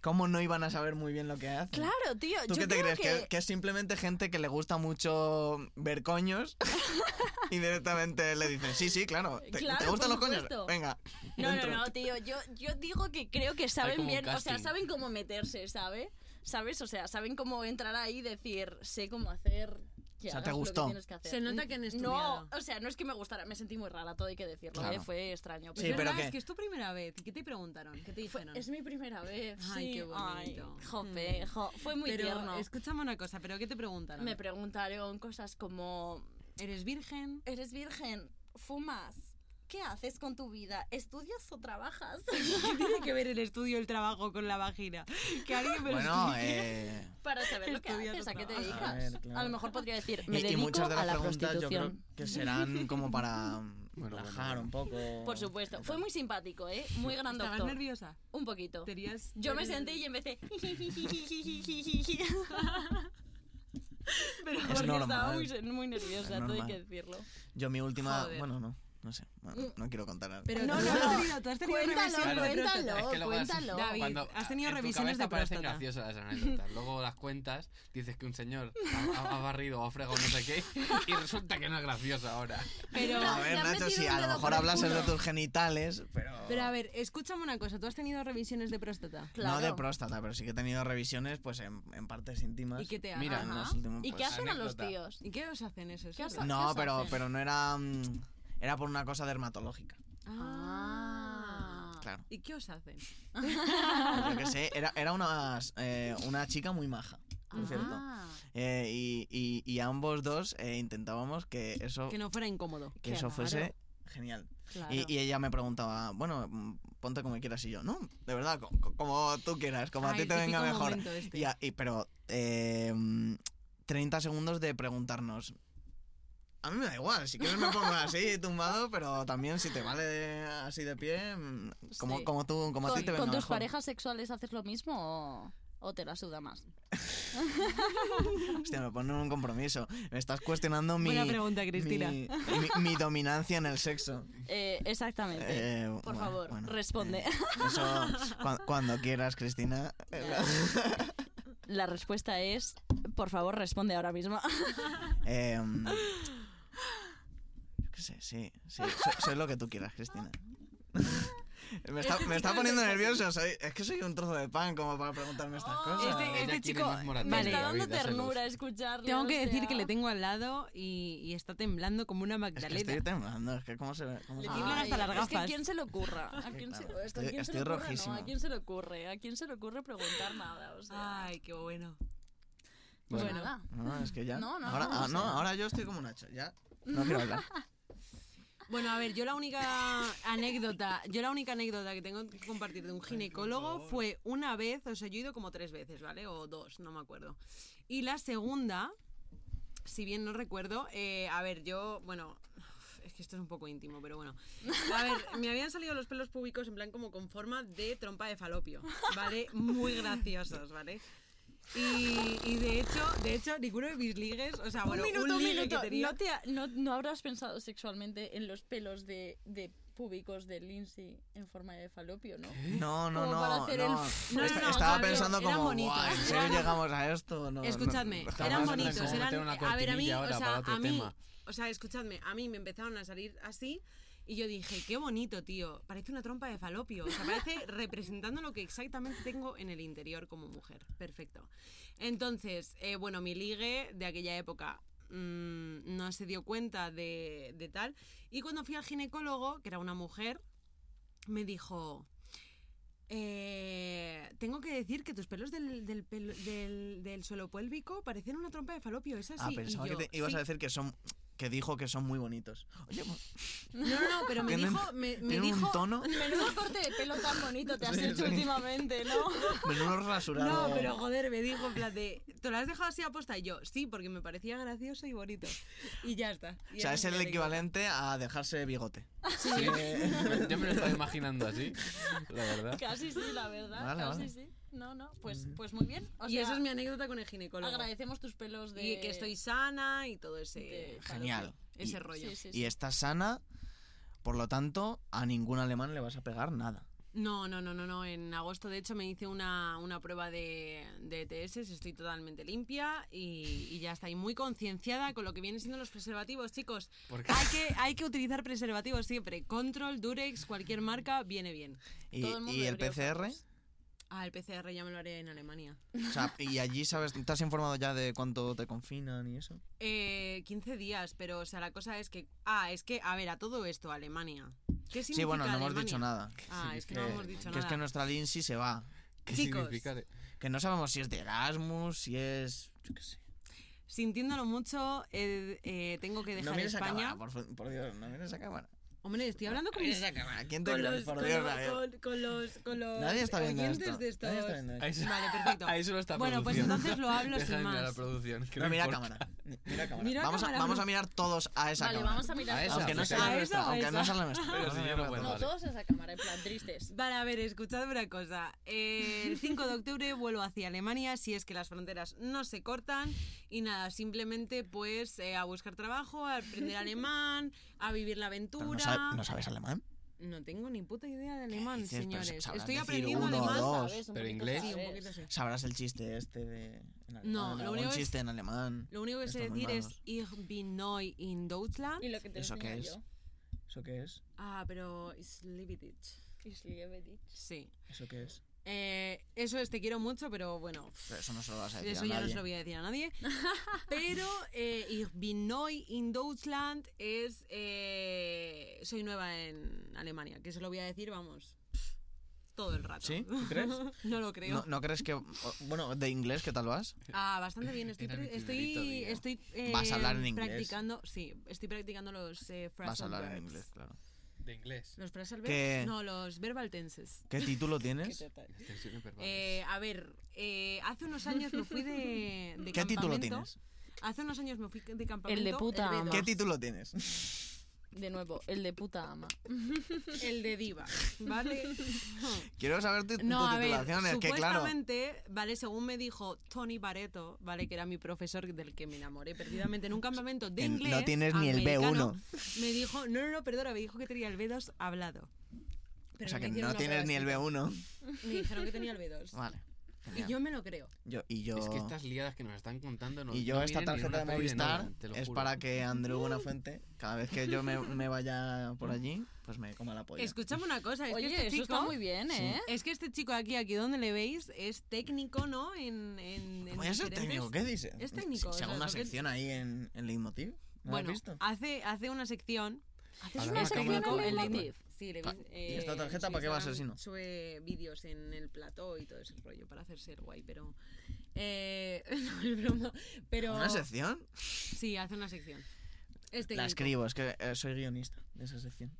Speaker 3: ¿cómo no iban a saber muy bien lo que hacen?
Speaker 1: Claro, tío.
Speaker 3: ¿Tú
Speaker 1: yo
Speaker 3: qué te
Speaker 1: creo
Speaker 3: crees? ¿Que...
Speaker 1: que-
Speaker 3: que es simplemente gente que le gusta mucho ver coños? y directamente le dicen, sí, sí, claro. ¿Te,
Speaker 1: Claro,
Speaker 3: te gustan
Speaker 1: por
Speaker 3: los coños?
Speaker 1: supuesto.
Speaker 3: Venga.
Speaker 1: No, no,
Speaker 3: dentro".
Speaker 1: no, tío. Yo, yo digo que creo que saben
Speaker 2: como un
Speaker 1: bien, o sea,
Speaker 2: casting.
Speaker 1: saben cómo meterse, ¿sabes? ¿Sabes? O sea, saben cómo entrar ahí y decir, sé cómo hacer. que
Speaker 3: O sea,
Speaker 1: hagas
Speaker 3: te
Speaker 1: lo que
Speaker 3: gustó.
Speaker 1: tienes que hacer.
Speaker 4: Se nota que han
Speaker 1: No,
Speaker 4: estudiado.
Speaker 1: o sea, no es que me gustara, me sentí muy rara, todo hay que decirlo,
Speaker 3: Claro.
Speaker 1: ¿eh? fue extraño.
Speaker 3: Sí,
Speaker 4: es
Speaker 3: pero
Speaker 4: verdad,
Speaker 3: que-
Speaker 4: es que es tu primera vez. ¿Y qué te preguntaron? ¿Qué te
Speaker 1: Fue-
Speaker 4: dijeron?
Speaker 1: es mi primera vez.
Speaker 4: Ay,
Speaker 1: sí.
Speaker 4: qué bonito. Mm.
Speaker 1: Ay, jope, jo- fue muy
Speaker 4: pero
Speaker 1: tierno.
Speaker 4: escúchame una cosa, ¿pero qué te preguntaron?
Speaker 1: Me preguntaron cosas como,
Speaker 4: ¿Eres virgen?
Speaker 1: ¿eres virgen? ¿Fumas? ¿Qué haces con tu vida? ¿Estudias o trabajas?
Speaker 4: ¿Qué tiene que ver el estudio, el trabajo con la vagina? Que alguien me lo
Speaker 3: Bueno,
Speaker 4: explique.
Speaker 3: eh,
Speaker 1: Para saber lo que
Speaker 4: Estudias o
Speaker 1: haces, a qué te
Speaker 4: trabajas.
Speaker 1: dedicas. A,
Speaker 3: A ver, claro.
Speaker 1: lo mejor podría decir, me
Speaker 3: y, y
Speaker 1: dedico
Speaker 3: muchas de
Speaker 1: a
Speaker 3: las
Speaker 1: la
Speaker 3: preguntas yo creo
Speaker 1: prostitución.
Speaker 3: que serán como para
Speaker 2: Bueno,
Speaker 3: relajar
Speaker 2: bueno,
Speaker 3: un poco.
Speaker 1: Por supuesto. Fue muy simpático, ¿eh? Muy gran
Speaker 4: ¿Estabas
Speaker 1: doctor.
Speaker 4: nerviosa?
Speaker 1: Un poquito.
Speaker 4: ¿Tenías-
Speaker 1: Yo me
Speaker 4: tenías-
Speaker 1: senté y empecé... Pero
Speaker 3: Es
Speaker 1: porque estaba
Speaker 3: normal.
Speaker 1: muy, muy nerviosa,
Speaker 3: Es
Speaker 1: todo hay
Speaker 3: normal.
Speaker 1: que decirlo.
Speaker 3: Yo mi última...
Speaker 4: Joder. Mm.
Speaker 3: Bueno, no, no sé. Bueno, no quiero contar nada.
Speaker 4: Pero
Speaker 1: No,
Speaker 4: tú
Speaker 1: no,
Speaker 4: has
Speaker 1: no.
Speaker 4: tenido- tú has tenido
Speaker 1: Cuéntalo,
Speaker 4: revisiones de
Speaker 1: cuéntalo.
Speaker 4: próstata.
Speaker 2: Es que luego haces-
Speaker 1: cuéntalo.
Speaker 4: David, has tenido
Speaker 2: en tu
Speaker 4: revisiones
Speaker 2: cabeza
Speaker 4: de
Speaker 2: parecen
Speaker 4: próstata.
Speaker 2: graciosas las anécdotas. Luego las cuentas, dices que un señor ha, ha- ha barrido o ha fregado no sé qué y resulta que no es gracioso ahora.
Speaker 4: Pero,
Speaker 3: A ver,
Speaker 1: te han
Speaker 3: Nacho,
Speaker 1: metido
Speaker 3: si
Speaker 1: un
Speaker 3: a
Speaker 1: dedo
Speaker 3: lo
Speaker 1: por
Speaker 3: mejor
Speaker 1: el
Speaker 3: hablases
Speaker 1: culo.
Speaker 3: de tus genitales, pero...
Speaker 4: pero a ver, escúchame una cosa. ¿Tú has tenido revisiones de próstata?
Speaker 1: Claro.
Speaker 3: No de próstata, pero sí que he tenido revisiones pues en, en partes íntimas.
Speaker 4: ¿Y qué te hacen?
Speaker 2: Mira,
Speaker 3: en
Speaker 1: Ajá.
Speaker 3: los últimos,
Speaker 1: ¿Y
Speaker 3: pues,
Speaker 1: qué hacen a los
Speaker 2: anécdota.
Speaker 1: tíos?
Speaker 4: ¿Y qué os hacen eso?
Speaker 1: ¿Qué os
Speaker 4: ¿Sabes?
Speaker 1: ¿Qué
Speaker 3: No,
Speaker 1: os
Speaker 3: pero,
Speaker 1: hacen?
Speaker 3: pero no era. mm, Era por una cosa dermatológica.
Speaker 4: Ah.
Speaker 3: Claro. Pues
Speaker 4: ¿Y qué os hacen?
Speaker 3: Yo que sé, era, era unas, eh, una chica muy maja, por cierto.
Speaker 1: Ah.
Speaker 3: Eh, y, y- y ambos dos eh, intentábamos que eso,
Speaker 4: Que no fuera incómodo.
Speaker 3: que
Speaker 1: Qué
Speaker 3: eso
Speaker 1: raro.
Speaker 3: fuese genial.
Speaker 1: Claro.
Speaker 3: Y, y ella me preguntaba, bueno, mm, ponte como quieras. Y yo, no, de verdad, co- co- como, tú quieras, como a
Speaker 4: Ah,
Speaker 3: ti
Speaker 4: el
Speaker 3: te venga
Speaker 4: típico
Speaker 3: mejor.
Speaker 4: momento este.
Speaker 3: Y a- y- pero eh, mm, 30 segundos de preguntarnos. A mí me da igual, si quieres me pongo así, tumbado, pero también si te vale de- así de pie, mm, como,
Speaker 1: Sí.
Speaker 3: como tú, como a ti
Speaker 1: ¿Con,
Speaker 3: te venga
Speaker 1: con tus
Speaker 3: mejor.
Speaker 1: parejas sexuales haces lo mismo o, o te la suda más?
Speaker 3: Hostia, me ponen un compromiso. Me estás cuestionando mi,
Speaker 4: Buena pregunta, Cristina.
Speaker 3: mi, mi- mi dominancia en el sexo.
Speaker 1: Eh, exactamente.
Speaker 3: Eh,
Speaker 1: Por
Speaker 3: bueno,
Speaker 1: favor,
Speaker 3: bueno,
Speaker 1: responde.
Speaker 3: eh, eso, cua- cuando quieras, Cristina.
Speaker 1: La respuesta es, por favor, responde ahora mismo.
Speaker 3: Eh, mm, yo qué sé, sí, sí. Soy, soy lo que tú quieras, Cristina. Me está, me está poniendo nervioso. soy- es que soy un trozo de pan como para preguntarme estas
Speaker 1: Oh.
Speaker 3: cosas.
Speaker 4: Este- este
Speaker 2: Ella quiere
Speaker 4: chico
Speaker 2: más moratoria,
Speaker 1: Me está
Speaker 2: David,
Speaker 1: dando
Speaker 2: dáselos.
Speaker 1: ternura escucharlo.
Speaker 4: Tengo que
Speaker 1: o
Speaker 4: decir
Speaker 1: sea.
Speaker 4: que le tengo al lado y, y está temblando como una
Speaker 3: Es
Speaker 4: magdalena.
Speaker 3: que estoy temblando. Es que cómo se ve. cómo se ve.
Speaker 4: tiemblan temblan
Speaker 1: Ay,
Speaker 4: hasta las
Speaker 1: Ah, es que ¿a
Speaker 4: gafas.
Speaker 1: quién se le ocurra? ¿A quién se,
Speaker 3: claro,
Speaker 1: esto, ¿a quién
Speaker 3: estoy-
Speaker 1: se le
Speaker 3: estoy
Speaker 1: ocurra? No, ¿A
Speaker 3: rojísimo.
Speaker 1: quién se le ocurre? ¿A quién se le ocurre preguntar nada? O sea,
Speaker 4: Ay, qué bueno.
Speaker 1: pues
Speaker 4: bueno.
Speaker 1: nada.
Speaker 3: No, es que ya.
Speaker 1: No, no,
Speaker 3: ahora,
Speaker 1: no,
Speaker 3: ah,
Speaker 1: sí.
Speaker 3: ahora yo estoy como Nacho. Ya. No quiero hablar.
Speaker 4: Bueno, a ver, yo la única anécdota, yo la única anécdota que tengo que compartir de un ginecólogo fue una vez, o sea, yo he ido como tres veces, ¿vale? O dos, no me acuerdo. Y la segunda, si bien no recuerdo, eh, a ver, yo, bueno, Es que esto es un poco íntimo, pero bueno. A ver, me habían salido los pelos públicos en plan como con forma de trompa de falopio, ¿vale? Muy graciosos, ¿vale? Y, y de hecho, de hecho, ninguno de mis ligues, o sea, bueno, un, ligue que tenía...
Speaker 1: ¿No, te ha- no- no habrás pensado sexualmente en los pelos de, de púbicos de Lindsay en forma de falopio, ¿no?
Speaker 3: No, no,
Speaker 1: Como para
Speaker 3: no.
Speaker 1: hacer
Speaker 3: no.
Speaker 1: el- No,
Speaker 3: Est-
Speaker 1: no, no,
Speaker 3: Estaba
Speaker 1: Gabriel,
Speaker 3: pensando
Speaker 4: eran
Speaker 3: como,
Speaker 4: bonitos.
Speaker 3: "Buah, ¿en serio
Speaker 4: Eran-
Speaker 3: llegamos a esto? No, no,
Speaker 4: Escuchadme,
Speaker 3: jamás
Speaker 4: eran
Speaker 3: pensé. Ah,
Speaker 4: bonitos,
Speaker 2: como
Speaker 4: eran
Speaker 2: meter una
Speaker 4: a ver a mí,
Speaker 2: cortinilla ahora
Speaker 4: o sea,
Speaker 2: para otro
Speaker 4: a mí,
Speaker 2: tema.
Speaker 4: o sea, escuchadme, a mí me empezaron a salir así y yo dije, qué bonito, tío, parece una trompa de falopio, o sea, parece representando lo que exactamente tengo en el interior como mujer. Perfecto. Entonces, eh, bueno, mi ligue de aquella época mm, no se dio cuenta de, de tal y cuando fui al ginecólogo, que era una mujer, me dijo, eh, tengo que decir que tus pelos del, del, pelo- del, del suelo pélvico parecen una trompa de falopio, es así.
Speaker 3: Ah,
Speaker 4: Y
Speaker 3: pensaba
Speaker 4: yo,
Speaker 3: que te ibas
Speaker 4: "Sí".
Speaker 3: a decir que son que dijo que son muy bonitos. Oye, mo-
Speaker 4: No, no, no, pero me
Speaker 3: Tienen-
Speaker 4: dijo, me, me
Speaker 3: tienen
Speaker 4: dijo,
Speaker 3: un tono,
Speaker 1: Menudo corte de pelo tan bonito te has
Speaker 3: Sí,
Speaker 1: hecho
Speaker 3: sí.
Speaker 1: últimamente, ¿no?
Speaker 3: menudo rasurado.
Speaker 4: no, pero joder, me dijo en plan de, ¿te lo has dejado así aposta? Y yo, sí, porque me parecía gracioso y bonito. Y ya está. Y
Speaker 3: o sea,
Speaker 4: esa
Speaker 3: es
Speaker 4: mi
Speaker 3: el
Speaker 4: anécdota.
Speaker 3: equivalente a dejarse bigote.
Speaker 2: Sí, yo me lo estaba imaginando así, la verdad.
Speaker 1: Casi sí, la verdad.
Speaker 3: Vale,
Speaker 1: casi
Speaker 3: vale.
Speaker 1: sí. No, no, pues, pues muy bien. O
Speaker 4: Y
Speaker 1: sea,
Speaker 4: eso es mi anécdota con el ginecólogo.
Speaker 1: agradecemos tus pelos de...
Speaker 4: Y que estoy sana y todo ese,
Speaker 1: de falopio.
Speaker 3: Genial.
Speaker 4: ese
Speaker 3: Y-
Speaker 4: rollo.
Speaker 1: Sí, sí, sí.
Speaker 3: Y estás sana, por lo tanto, a ningún alemán le vas a pegar nada.
Speaker 4: No, no, no, no, no. En agosto, de hecho, me hice una, una prueba de, de ETS, estoy totalmente limpia y, y ya está. Y muy concienciada con lo que vienen siendo los preservativos, chicos.
Speaker 2: Porque
Speaker 4: Hay que, hay que utilizar preservativos siempre. Control, Durex, cualquier marca, viene bien.
Speaker 3: Y,
Speaker 1: Todo el mundo
Speaker 3: y el
Speaker 1: debería
Speaker 3: PCR,
Speaker 1: usarlos.
Speaker 4: Ah, el PCR ya me lo haré en Alemania.
Speaker 3: o sea, y allí sabes, ¿te has informado ya de cuánto te confinan y eso?
Speaker 4: Eh, 15 días, pero, o sea, la cosa es que... Ah, es que, a ver, a todo esto, Alemania. ¿Qué significa
Speaker 3: Sí, bueno, no hemos
Speaker 4: Alemania?
Speaker 3: dicho nada.
Speaker 4: Ah, es que
Speaker 2: significa
Speaker 4: no hemos dicho
Speaker 3: Que es
Speaker 4: nada.
Speaker 3: que nuestra Lindsay se va.
Speaker 2: ¿Qué
Speaker 4: Chicos.
Speaker 2: significa? de-
Speaker 3: Que no sabemos si es de Erasmus, si es. Yo qué sé.
Speaker 4: Sintiéndolo mucho, eh, eh, tengo que
Speaker 3: no
Speaker 4: dejar
Speaker 3: mires a
Speaker 4: España.
Speaker 3: cámara, por, fa- por Dios, no mires a cámara.
Speaker 4: Hombre, estoy hablando
Speaker 3: No
Speaker 4: con mis
Speaker 3: mires a cámara, ¿quién te
Speaker 4: con
Speaker 3: crees?
Speaker 4: los,
Speaker 3: Por
Speaker 4: con
Speaker 3: Dios,
Speaker 4: lo-
Speaker 3: Gabriel.
Speaker 4: con- con los- con los
Speaker 3: Nadie está viendo
Speaker 4: oyentes
Speaker 3: esto.
Speaker 4: de estos.
Speaker 3: Nadie está viendo esto.
Speaker 2: Ahí se-
Speaker 4: Vale, perfecto.
Speaker 2: Ahí solo está
Speaker 4: Bueno, pues
Speaker 2: producción.
Speaker 4: entonces lo hablo
Speaker 2: Deja
Speaker 4: sin
Speaker 2: de mirar
Speaker 4: más.
Speaker 2: la producción. que
Speaker 3: No, mira a
Speaker 2: importa.
Speaker 3: cámara. Ni- Mira a cámara.
Speaker 4: Mira a
Speaker 3: vamos,
Speaker 4: cámara,
Speaker 3: A, vamos
Speaker 4: no.
Speaker 3: a mirar todos a esa
Speaker 1: Vale,
Speaker 3: cámara.
Speaker 1: vamos a mirar.
Speaker 2: A esa,
Speaker 1: todos.
Speaker 3: Aunque no
Speaker 2: Sí,
Speaker 3: sea
Speaker 2: sí.
Speaker 3: la
Speaker 4: A
Speaker 3: nuestra.
Speaker 4: esa o
Speaker 3: Aunque
Speaker 4: esa.
Speaker 3: no sea la nuestra.
Speaker 2: Pero si yo no puedo.
Speaker 1: No,
Speaker 2: Vale.
Speaker 1: todos a esa cámara, en plan, tristes.
Speaker 4: Vale, a ver, escuchadme una cosa. Eh, El 5 de octubre vuelvo hacia Alemania si es que las fronteras no se cortan. Y nada, simplemente pues eh, a buscar trabajo, a aprender alemán, a vivir la
Speaker 3: Pero
Speaker 4: aventura.
Speaker 3: no, sabe- ¿No sabes alemán?
Speaker 4: No tengo ni puta idea de alemán,
Speaker 3: dices? Pero
Speaker 4: señores.
Speaker 3: sabrás
Speaker 4: Estoy
Speaker 3: decir
Speaker 4: aprendiendo
Speaker 3: uno o
Speaker 4: alemán.
Speaker 3: dos.
Speaker 1: ¿sabes? Un
Speaker 2: Pero
Speaker 1: poquito
Speaker 2: inglés.
Speaker 4: Sí, un
Speaker 1: sabes.
Speaker 4: poquito sí.
Speaker 3: Sabrás el chiste este de. en alemán,
Speaker 4: No, lo
Speaker 3: algún
Speaker 4: único es-
Speaker 3: chiste en alemán.
Speaker 4: Lo único que sé
Speaker 3: Están muy
Speaker 4: decir es
Speaker 3: malos.
Speaker 4: Ich bin neu in Deutschland.
Speaker 1: Y lo que te
Speaker 3: ¿Eso qué
Speaker 1: enseño
Speaker 3: es?
Speaker 1: yo.
Speaker 3: ¿Eso qué es?
Speaker 4: Ah, pero es limited.
Speaker 1: Islievedi.
Speaker 4: Sí.
Speaker 3: ¿Eso qué es?
Speaker 4: Eh, eso es te quiero mucho, pero bueno.
Speaker 3: Pero eso no se lo vas a decir.
Speaker 4: Eso
Speaker 3: a
Speaker 4: ya no
Speaker 3: nadie.
Speaker 4: se lo voy a decir a nadie. Pero eh, Ich bin neu in Deutschland es. eh, soy nueva en Alemania. Que se lo voy a decir, vamos. Todo el rato.
Speaker 3: ¿Sí? ¿Tú crees?
Speaker 4: no lo creo.
Speaker 3: ¿No, no crees que.? o- Bueno, de inglés, ¿qué tal vas?
Speaker 4: Ah, bastante bien. Estoy,
Speaker 2: Era
Speaker 4: pre-
Speaker 2: mi primerito
Speaker 4: estoy,
Speaker 2: día.
Speaker 4: estoy
Speaker 3: Vas a hablar en
Speaker 4: eh,
Speaker 3: inglés.
Speaker 4: practicando. Sí, estoy practicando los eh, phrasal
Speaker 3: Vas a hablar en
Speaker 4: verbs.
Speaker 3: inglés, claro.
Speaker 2: De inglés.
Speaker 4: Los phrasal verbs.
Speaker 3: ¿Qué?
Speaker 4: No, los verbal tenses.
Speaker 3: ¿Qué título tienes?
Speaker 2: Estoy súper mal.
Speaker 4: Eh, a ver, eh, hace unos años me fui de, de
Speaker 3: ¿Qué título
Speaker 4: campamento.
Speaker 3: tienes?
Speaker 4: Hace unos años me fui de campamento.
Speaker 1: El de puta
Speaker 4: El,
Speaker 1: ama.
Speaker 3: ¿Qué título tienes?
Speaker 1: De nuevo, el de puta ama.
Speaker 4: el de diva, ¿vale?
Speaker 3: Quiero saber tu,
Speaker 4: No,
Speaker 3: tu
Speaker 4: a ver,
Speaker 3: titulación, es que claro.
Speaker 4: supuestamente, ¿vale? Según me dijo Tony Bareto, ¿vale? Que era mi profesor del que me enamoré perdidamente en un campamento de
Speaker 3: Que no
Speaker 4: inglés.
Speaker 3: tienes ni el
Speaker 4: americano, Me dijo, no, no, no, perdona, me dijo que tenía el B2 hablado.
Speaker 3: O
Speaker 4: Pero
Speaker 3: sea
Speaker 4: me
Speaker 3: que
Speaker 4: hicieron
Speaker 3: no
Speaker 4: una
Speaker 3: tienes
Speaker 4: prueba
Speaker 3: ni el
Speaker 4: escrita.
Speaker 3: B1.
Speaker 4: Me dijeron que tenía el B2.
Speaker 3: Vale.
Speaker 4: Y
Speaker 3: genial.
Speaker 4: yo me lo creo.
Speaker 3: Yo- y yo,
Speaker 2: Es que estas liadas que nos están contando no
Speaker 3: y yo
Speaker 2: no
Speaker 3: esta
Speaker 2: vienen ni
Speaker 3: tarjeta de
Speaker 2: una peli
Speaker 3: Movistar
Speaker 2: nada, te lo
Speaker 3: es
Speaker 2: juro.
Speaker 3: para que Andrew Buenafuente, cada vez que yo me, me vaya por allí, pues me coma la polla.
Speaker 4: Escuchame una cosa, es
Speaker 1: Oye,
Speaker 4: que este
Speaker 1: eso
Speaker 4: chico
Speaker 1: está muy bien,
Speaker 3: Sí.
Speaker 1: ¿eh?
Speaker 4: Es que este chico aquí, aquí donde le veis, es técnico, ¿no? En, en, en
Speaker 3: ¿Cómo es
Speaker 4: diferentes-
Speaker 3: técnico? ¿Qué dices?
Speaker 4: Es técnico,
Speaker 3: Se, se
Speaker 4: o sea,
Speaker 3: haga una
Speaker 4: porque-
Speaker 3: sección ahí en, en Leitmotiv. ¿No lo has
Speaker 4: Bueno,
Speaker 3: visto?
Speaker 4: hace, hace una sección.
Speaker 1: ¿Haces
Speaker 2: Ahora
Speaker 1: una
Speaker 2: me acabo de
Speaker 1: sección
Speaker 2: acordar.
Speaker 1: en
Speaker 2: Leitmotiv.
Speaker 1: Leitmotiv?
Speaker 4: Sí, le
Speaker 3: Ah,
Speaker 4: vi-
Speaker 3: ¿y esta tarjeta
Speaker 4: en
Speaker 3: para qué va a
Speaker 4: Instagram
Speaker 3: ser si no?
Speaker 4: Sube vídeos en el plató y todo ese rollo para hacerse el guay, pero. eh, no es broma. Pero.
Speaker 3: ¿Una sección?
Speaker 4: Sí, hace una sección. Es técnico.
Speaker 3: La escribo, es que eh, soy guionista de esa sección.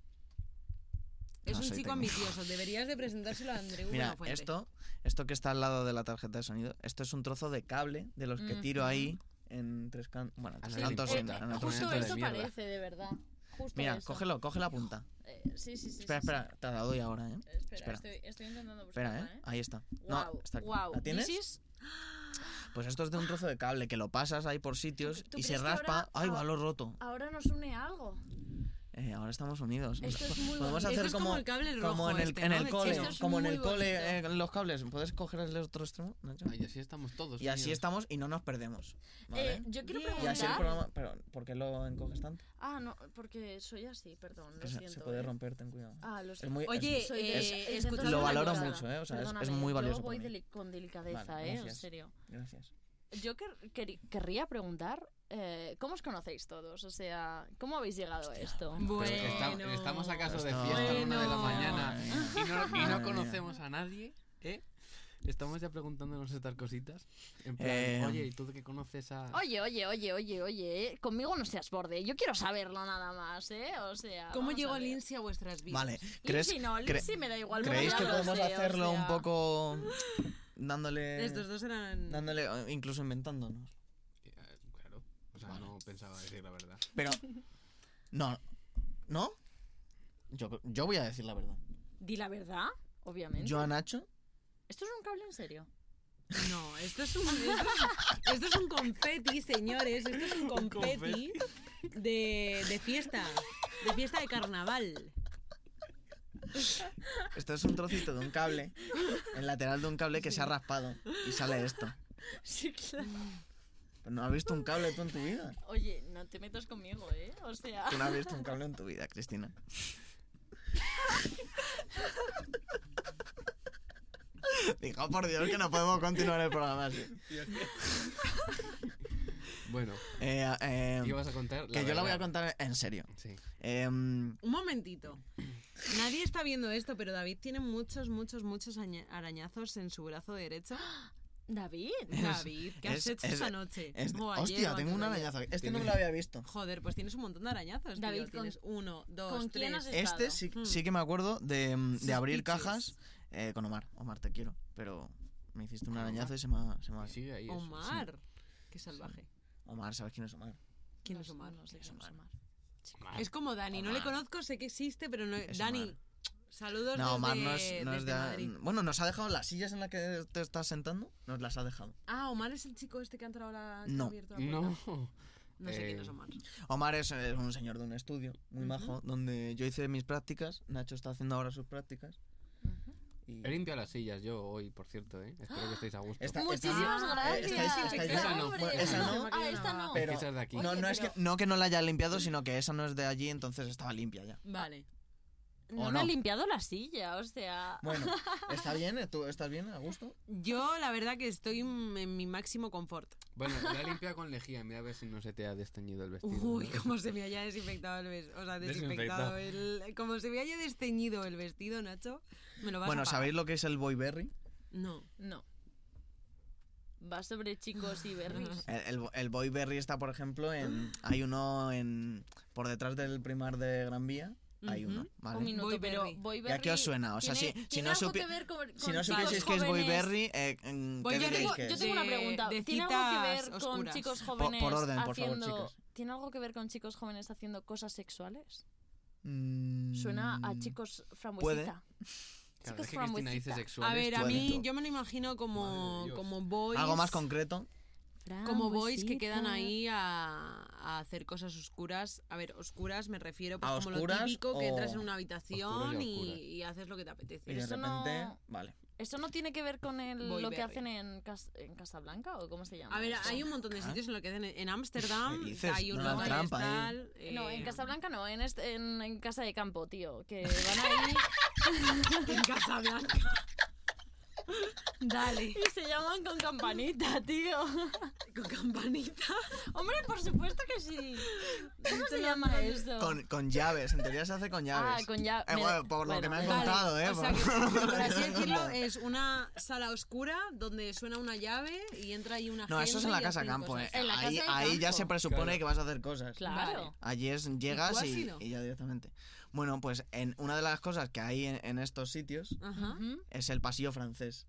Speaker 4: Es
Speaker 3: No,
Speaker 4: un
Speaker 3: soy
Speaker 4: chico
Speaker 3: técnico.
Speaker 4: ambicioso. Deberías de presentárselo a Andreu
Speaker 3: Mira,
Speaker 4: Buenafuente.
Speaker 3: esto, esto que está al lado de la tarjeta de sonido, esto es un trozo de cable de los que tiro ahí en tres cantos. Bueno,
Speaker 2: A
Speaker 3: tres
Speaker 2: nadie le
Speaker 3: cantos en,
Speaker 2: importa.
Speaker 3: en otros
Speaker 2: Justo
Speaker 1: Eh, Justo
Speaker 2: de
Speaker 3: sitios.
Speaker 1: eso
Speaker 2: mierda.
Speaker 1: parece, de verdad. Justo
Speaker 3: Mira,
Speaker 1: eso.
Speaker 3: cógelo, coge la punta.
Speaker 1: Eh, sí, sí, sí.
Speaker 3: espera,
Speaker 1: sí, sí.
Speaker 3: espera, te la doy ahora, ¿eh?
Speaker 1: Eh, Espera,
Speaker 3: espera.
Speaker 1: Estoy, estoy intentando buscarla,
Speaker 3: Espera, ¿eh? Ahí está. No,
Speaker 1: Guau,
Speaker 3: está aquí.
Speaker 1: guau.
Speaker 3: ¿La tienes?
Speaker 1: This is-
Speaker 3: Pues esto es de un trozo de cable que lo pasas ahí por sitios
Speaker 1: ¿Tú- tú
Speaker 3: y se
Speaker 1: crees que
Speaker 3: raspa.
Speaker 1: ahora-
Speaker 3: ¡Ay, va,
Speaker 1: ah-
Speaker 3: lo roto!
Speaker 1: Ahora nos une algo.
Speaker 3: Eh, ahora estamos unidos.
Speaker 1: Esto es muy
Speaker 3: Podemos
Speaker 1: bonito.
Speaker 3: hacer
Speaker 4: Esto es como
Speaker 3: como,
Speaker 4: el cable rojo
Speaker 3: en el,
Speaker 4: este,
Speaker 3: en
Speaker 4: ¿no?
Speaker 3: el
Speaker 4: de
Speaker 3: cole,
Speaker 4: Chile.
Speaker 1: Esto es
Speaker 3: como en
Speaker 1: muy
Speaker 3: el cole,
Speaker 1: bonito.
Speaker 3: eh, los cables. ¿Puedes coger el otro extremo, Nacho?
Speaker 2: Ay, así estamos todos.
Speaker 3: Y así
Speaker 2: unidos.
Speaker 3: estamos y no nos perdemos. ¿vale?
Speaker 1: Eh, yo quiero
Speaker 4: Bien.
Speaker 3: y así el
Speaker 1: preguntar.
Speaker 3: programa. Pero, ¿Por qué lo encoges tanto?
Speaker 1: Ah, no, porque soy así, perdón, lo
Speaker 3: Que Pues se-
Speaker 1: siento.
Speaker 3: se puede
Speaker 1: eh.
Speaker 3: romper, ten cuidado.
Speaker 1: Ah, lo
Speaker 3: Es
Speaker 1: siento.
Speaker 3: muy,
Speaker 4: Oye,
Speaker 3: es-
Speaker 1: Soy
Speaker 4: eh,
Speaker 1: de-
Speaker 4: eh,
Speaker 1: es de
Speaker 4: escuchad-
Speaker 1: toda
Speaker 4: Lo
Speaker 1: la
Speaker 4: valoro
Speaker 1: temporada.
Speaker 3: mucho, eh, o sea, es- es
Speaker 1: Perdóname,
Speaker 3: muy valioso
Speaker 1: Yo voy
Speaker 3: para mí.
Speaker 1: deli- con delicadeza,
Speaker 3: Vale,
Speaker 1: ¿eh? En
Speaker 3: gracias.
Speaker 1: serio.
Speaker 3: gracias.
Speaker 1: Yo quer- queri- querría preguntar, eh, ¿cómo os conocéis todos? O sea, ¿cómo habéis llegado a esto?
Speaker 2: Pero
Speaker 4: Bueno.
Speaker 2: esta- estamos acaso de
Speaker 3: Esto-
Speaker 2: fiesta a la una de la
Speaker 4: Bueno.
Speaker 2: mañana y no, y
Speaker 3: Madre
Speaker 2: no
Speaker 3: mía.
Speaker 2: conocemos a nadie, ¿eh? Estamos ya preguntándonos estas cositas. En plan,
Speaker 3: Eh,
Speaker 2: oye, ¿y tú de qué conoces a...?
Speaker 1: Oye, oye, oye, oye, oye, eh, conmigo no seas borde, yo quiero saberlo nada más, ¿eh? O sea,
Speaker 4: ¿Cómo
Speaker 1: vamos
Speaker 4: llegó
Speaker 1: a ver.
Speaker 4: Lindsay a vuestras vidas?
Speaker 3: Vale, ¿crees,
Speaker 1: Lindsay no,
Speaker 3: cre-
Speaker 1: Lindsay me da igual. bueno,
Speaker 3: ¿creéis
Speaker 1: ya
Speaker 3: que
Speaker 1: lo
Speaker 3: podemos
Speaker 1: sé, o
Speaker 3: hacerlo
Speaker 1: sea.
Speaker 3: un poco dándole.
Speaker 4: Estos dos eran.
Speaker 3: Dándole, o incluso inventándonos.
Speaker 2: Eh, Claro, o sea,
Speaker 3: Vale.
Speaker 2: no pensaba decir la verdad.
Speaker 3: Pero. No. ¿No? Yo, yo voy a decir la verdad.
Speaker 1: Di la verdad, obviamente.
Speaker 3: Yo a Nacho.
Speaker 1: Esto es un cable en serio.
Speaker 4: No, esto es un. Esto es, esto es un confeti, señores. Esto es un confeti de, de fiesta. De fiesta de carnaval.
Speaker 3: Esto es un trocito de un cable. El lateral de un cable que se ha raspado. Y sale esto.
Speaker 1: Sí, claro.
Speaker 3: Pero no has visto un cable tú en tu vida.
Speaker 1: Oye, no te metas conmigo, ¿eh? O sea,
Speaker 3: Tú no has visto un cable en tu vida, Cristina. Dijo, por Dios, que no podemos continuar el programa así.
Speaker 2: Bueno,
Speaker 3: Eh, eh,
Speaker 2: ¿qué vas a contar?
Speaker 3: que yo la voy a
Speaker 2: verdad.
Speaker 3: contar en serio.
Speaker 2: Sí.
Speaker 3: Em,
Speaker 4: Un momentito. Nadie está viendo esto, pero David tiene muchos, muchos, muchos aña- arañazos en su brazo derecho.
Speaker 1: David.
Speaker 4: David, ¿qué has
Speaker 3: es-
Speaker 4: hecho
Speaker 3: es-
Speaker 4: esta noche?
Speaker 3: es-
Speaker 4: O ayer
Speaker 3: hostia,
Speaker 4: o
Speaker 3: tengo
Speaker 4: antes
Speaker 3: un
Speaker 4: de ayer.
Speaker 3: arañazo. Este no
Speaker 2: Tiene-
Speaker 3: me lo había visto.
Speaker 4: Joder, pues tienes un montón de arañazos.
Speaker 1: David, ¿con-
Speaker 4: David, tienes uno, dos,
Speaker 1: ¿con
Speaker 4: tres.
Speaker 1: quién has estado?
Speaker 3: Este sí,
Speaker 4: Hmm.
Speaker 3: sí que me acuerdo de, mm, de abrir
Speaker 4: Suspicious.
Speaker 3: cajas eh, con Omar. Omar, te quiero, pero me hiciste un
Speaker 2: ¿Con
Speaker 3: arañazo y se me ha... se me ha-
Speaker 2: Y sigue ahí eso, sí.
Speaker 4: Omar. Qué salvaje.
Speaker 3: Omar, ¿sabes quién es Omar?
Speaker 4: ¿Quién es Omar?
Speaker 1: No sé
Speaker 3: Es
Speaker 1: quién es
Speaker 3: Omar.
Speaker 1: Omar.
Speaker 2: Omar.
Speaker 4: Es como Dani, no le
Speaker 3: Omar.
Speaker 4: conozco, sé que existe, pero no.
Speaker 3: Es
Speaker 4: Dani,
Speaker 3: Omar.
Speaker 4: saludos
Speaker 3: No,
Speaker 4: desde,
Speaker 3: Omar no es, no es de...
Speaker 4: desde este Madrid.
Speaker 3: Bueno, nos ha dejado las sillas en las que te estás sentando, nos las ha dejado.
Speaker 4: Ah, Omar es el chico este que ha entrado ahora.
Speaker 3: No.
Speaker 2: No.
Speaker 4: No sé quién es
Speaker 2: Eh,
Speaker 4: Omar.
Speaker 3: Omar es, eh, un señor de un estudio muy
Speaker 4: Ujú.
Speaker 3: majo, donde yo hice mis prácticas, Nacho está haciendo ahora sus prácticas.
Speaker 1: Ujú.
Speaker 3: Y
Speaker 2: He limpiado las sillas yo hoy, por cierto, ¿eh? Espero que estéis a gusto.
Speaker 3: Está-
Speaker 1: Muchísimas
Speaker 4: Ah,
Speaker 1: gracias.
Speaker 3: estáis- estáis-
Speaker 2: esa no,
Speaker 1: Hombre.
Speaker 3: esa no.
Speaker 1: Ah, esta no.
Speaker 2: Es
Speaker 3: pero-
Speaker 2: que esa es de aquí.
Speaker 1: Oye,
Speaker 3: no, no, es que,
Speaker 1: pero-
Speaker 3: no que no la haya limpiado, sino que esa no es de allí, entonces estaba limpia ya.
Speaker 4: Vale.
Speaker 1: no
Speaker 3: ¿o
Speaker 1: me
Speaker 3: no?
Speaker 1: ha limpiado la silla, o sea.
Speaker 3: Bueno, ¿está bien? eh, ¿Tú estás bien? ¿A gusto?
Speaker 4: Yo, la verdad, que estoy mm, en mi máximo confort.
Speaker 2: Bueno, la he limpiado con lejía. Mira a ver si no se te ha desteñido el vestido.
Speaker 4: Uy,
Speaker 2: ¿no?
Speaker 4: cómo se me haya desinfectado el vestido. O sea, desinfectado el. Como se me haya desteñido el vestido, Nacho. Me lo vas
Speaker 3: Bueno,
Speaker 4: a pagar.
Speaker 3: ¿sabéis lo que es el boyberry?
Speaker 4: No.
Speaker 1: No. Va sobre chicos y berries.
Speaker 3: El, el, el boyberry está, por ejemplo, en...
Speaker 1: Mm.
Speaker 3: Hay uno en... Por detrás del primar de Gran Vía, hay
Speaker 4: Ujú.
Speaker 3: uno, ¿vale?
Speaker 1: Un minuto,
Speaker 4: Voy
Speaker 1: pero
Speaker 4: berry.
Speaker 1: voy
Speaker 3: ¿Y a qué os suena? O sea,
Speaker 1: tiene-
Speaker 3: si- si
Speaker 1: tiene
Speaker 3: no
Speaker 1: algo
Speaker 3: supi-
Speaker 1: que ver con-
Speaker 3: Si
Speaker 1: con
Speaker 3: no
Speaker 1: chicos
Speaker 3: supieseis que es
Speaker 1: jóvenes.
Speaker 3: boyberry, eh, mm, ¿qué
Speaker 4: Boyberry-
Speaker 3: diréis
Speaker 1: Tengo-
Speaker 3: que
Speaker 1: yo
Speaker 3: es?
Speaker 1: tengo una
Speaker 4: De-
Speaker 1: pregunta.
Speaker 4: de
Speaker 1: ¿Tiene algo que ver
Speaker 4: citas
Speaker 1: con
Speaker 4: oscuras.
Speaker 1: chicos
Speaker 3: por
Speaker 1: jóvenes
Speaker 3: orden, por favor,
Speaker 1: haciendo
Speaker 3: chicas.
Speaker 1: ¿Tiene algo que ver con chicos jóvenes haciendo cosas sexuales?
Speaker 3: Mm,
Speaker 1: Suena a chicos frambuesita.
Speaker 2: Claro,
Speaker 1: Chicos
Speaker 2: es que Cristina dice
Speaker 1: frambuesita.
Speaker 2: sexual.
Speaker 4: A ver, a
Speaker 3: Suárez,
Speaker 4: mí,
Speaker 3: tú.
Speaker 4: yo me lo imagino
Speaker 5: Madre de
Speaker 4: como.
Speaker 5: Dios.
Speaker 4: Como boys.
Speaker 3: Algo más concreto.
Speaker 1: Ah,
Speaker 4: Como
Speaker 1: pues
Speaker 4: boys que quedan ahí a, a hacer cosas oscuras. A ver, oscuras me refiero pues,
Speaker 3: ¿A
Speaker 4: como
Speaker 3: oscuras
Speaker 4: lo típico que
Speaker 3: o-
Speaker 4: entras en
Speaker 2: Oscuras
Speaker 4: una habitación
Speaker 2: y
Speaker 4: y,
Speaker 2: oscuras.
Speaker 4: y haces lo que te
Speaker 3: Y
Speaker 4: apetece.
Speaker 3: de
Speaker 1: Eso
Speaker 3: repente...
Speaker 1: no-
Speaker 3: Vale.
Speaker 1: ¿Eso no tiene que ver con el-
Speaker 4: Boy
Speaker 1: lo que
Speaker 4: berry.
Speaker 1: hacen en, Cas- en Casablanca o cómo se llama?
Speaker 4: A ver,
Speaker 1: eso?
Speaker 4: hay un montón de
Speaker 3: Ah.
Speaker 4: sitios en lo que hacen en Ámsterdam,
Speaker 3: ¿Qué dices?
Speaker 4: hay un
Speaker 3: No hagas
Speaker 4: lugar
Speaker 3: trampa, ¿eh?
Speaker 4: tal,
Speaker 1: No, en
Speaker 4: eh,
Speaker 1: Casablanca no, en, este- en, en Casa de Campo, tío. Que van ahí
Speaker 4: En Casablanca. Dale,
Speaker 1: y se llaman con campanita, tío.
Speaker 4: con campanita.
Speaker 1: Hombre, por supuesto que sí. ¿Cómo
Speaker 4: Este
Speaker 1: se llama eso?
Speaker 3: Con, con llaves, en teoría se hace con
Speaker 1: Ah,
Speaker 3: llaves.
Speaker 1: con ya.
Speaker 3: Eh, bueno, por lo que me han
Speaker 1: vale.
Speaker 3: contado, ¿eh?
Speaker 4: O sea
Speaker 3: Por-
Speaker 4: que, por así
Speaker 3: me han
Speaker 4: decirlo,
Speaker 3: contado.
Speaker 4: es una sala oscura donde suena una llave y entra ahí una
Speaker 3: No, eso es
Speaker 4: gente
Speaker 3: en la
Speaker 4: y
Speaker 3: casa
Speaker 4: hacen
Speaker 3: campo, eh.
Speaker 4: cosas.
Speaker 1: pues, En la
Speaker 3: ahí,
Speaker 1: casa de
Speaker 3: ahí ya
Speaker 1: campo.
Speaker 3: se presupone
Speaker 2: Claro.
Speaker 3: que vas a hacer cosas.
Speaker 1: Claro.
Speaker 3: Allí es,
Speaker 4: ¿Y
Speaker 3: llegas
Speaker 4: tú has
Speaker 3: y,
Speaker 4: ido?
Speaker 3: y ya directamente. Bueno, pues en una de las cosas que hay en, en estos sitios
Speaker 4: Ajá.
Speaker 1: Ujú.
Speaker 3: es el pasillo francés.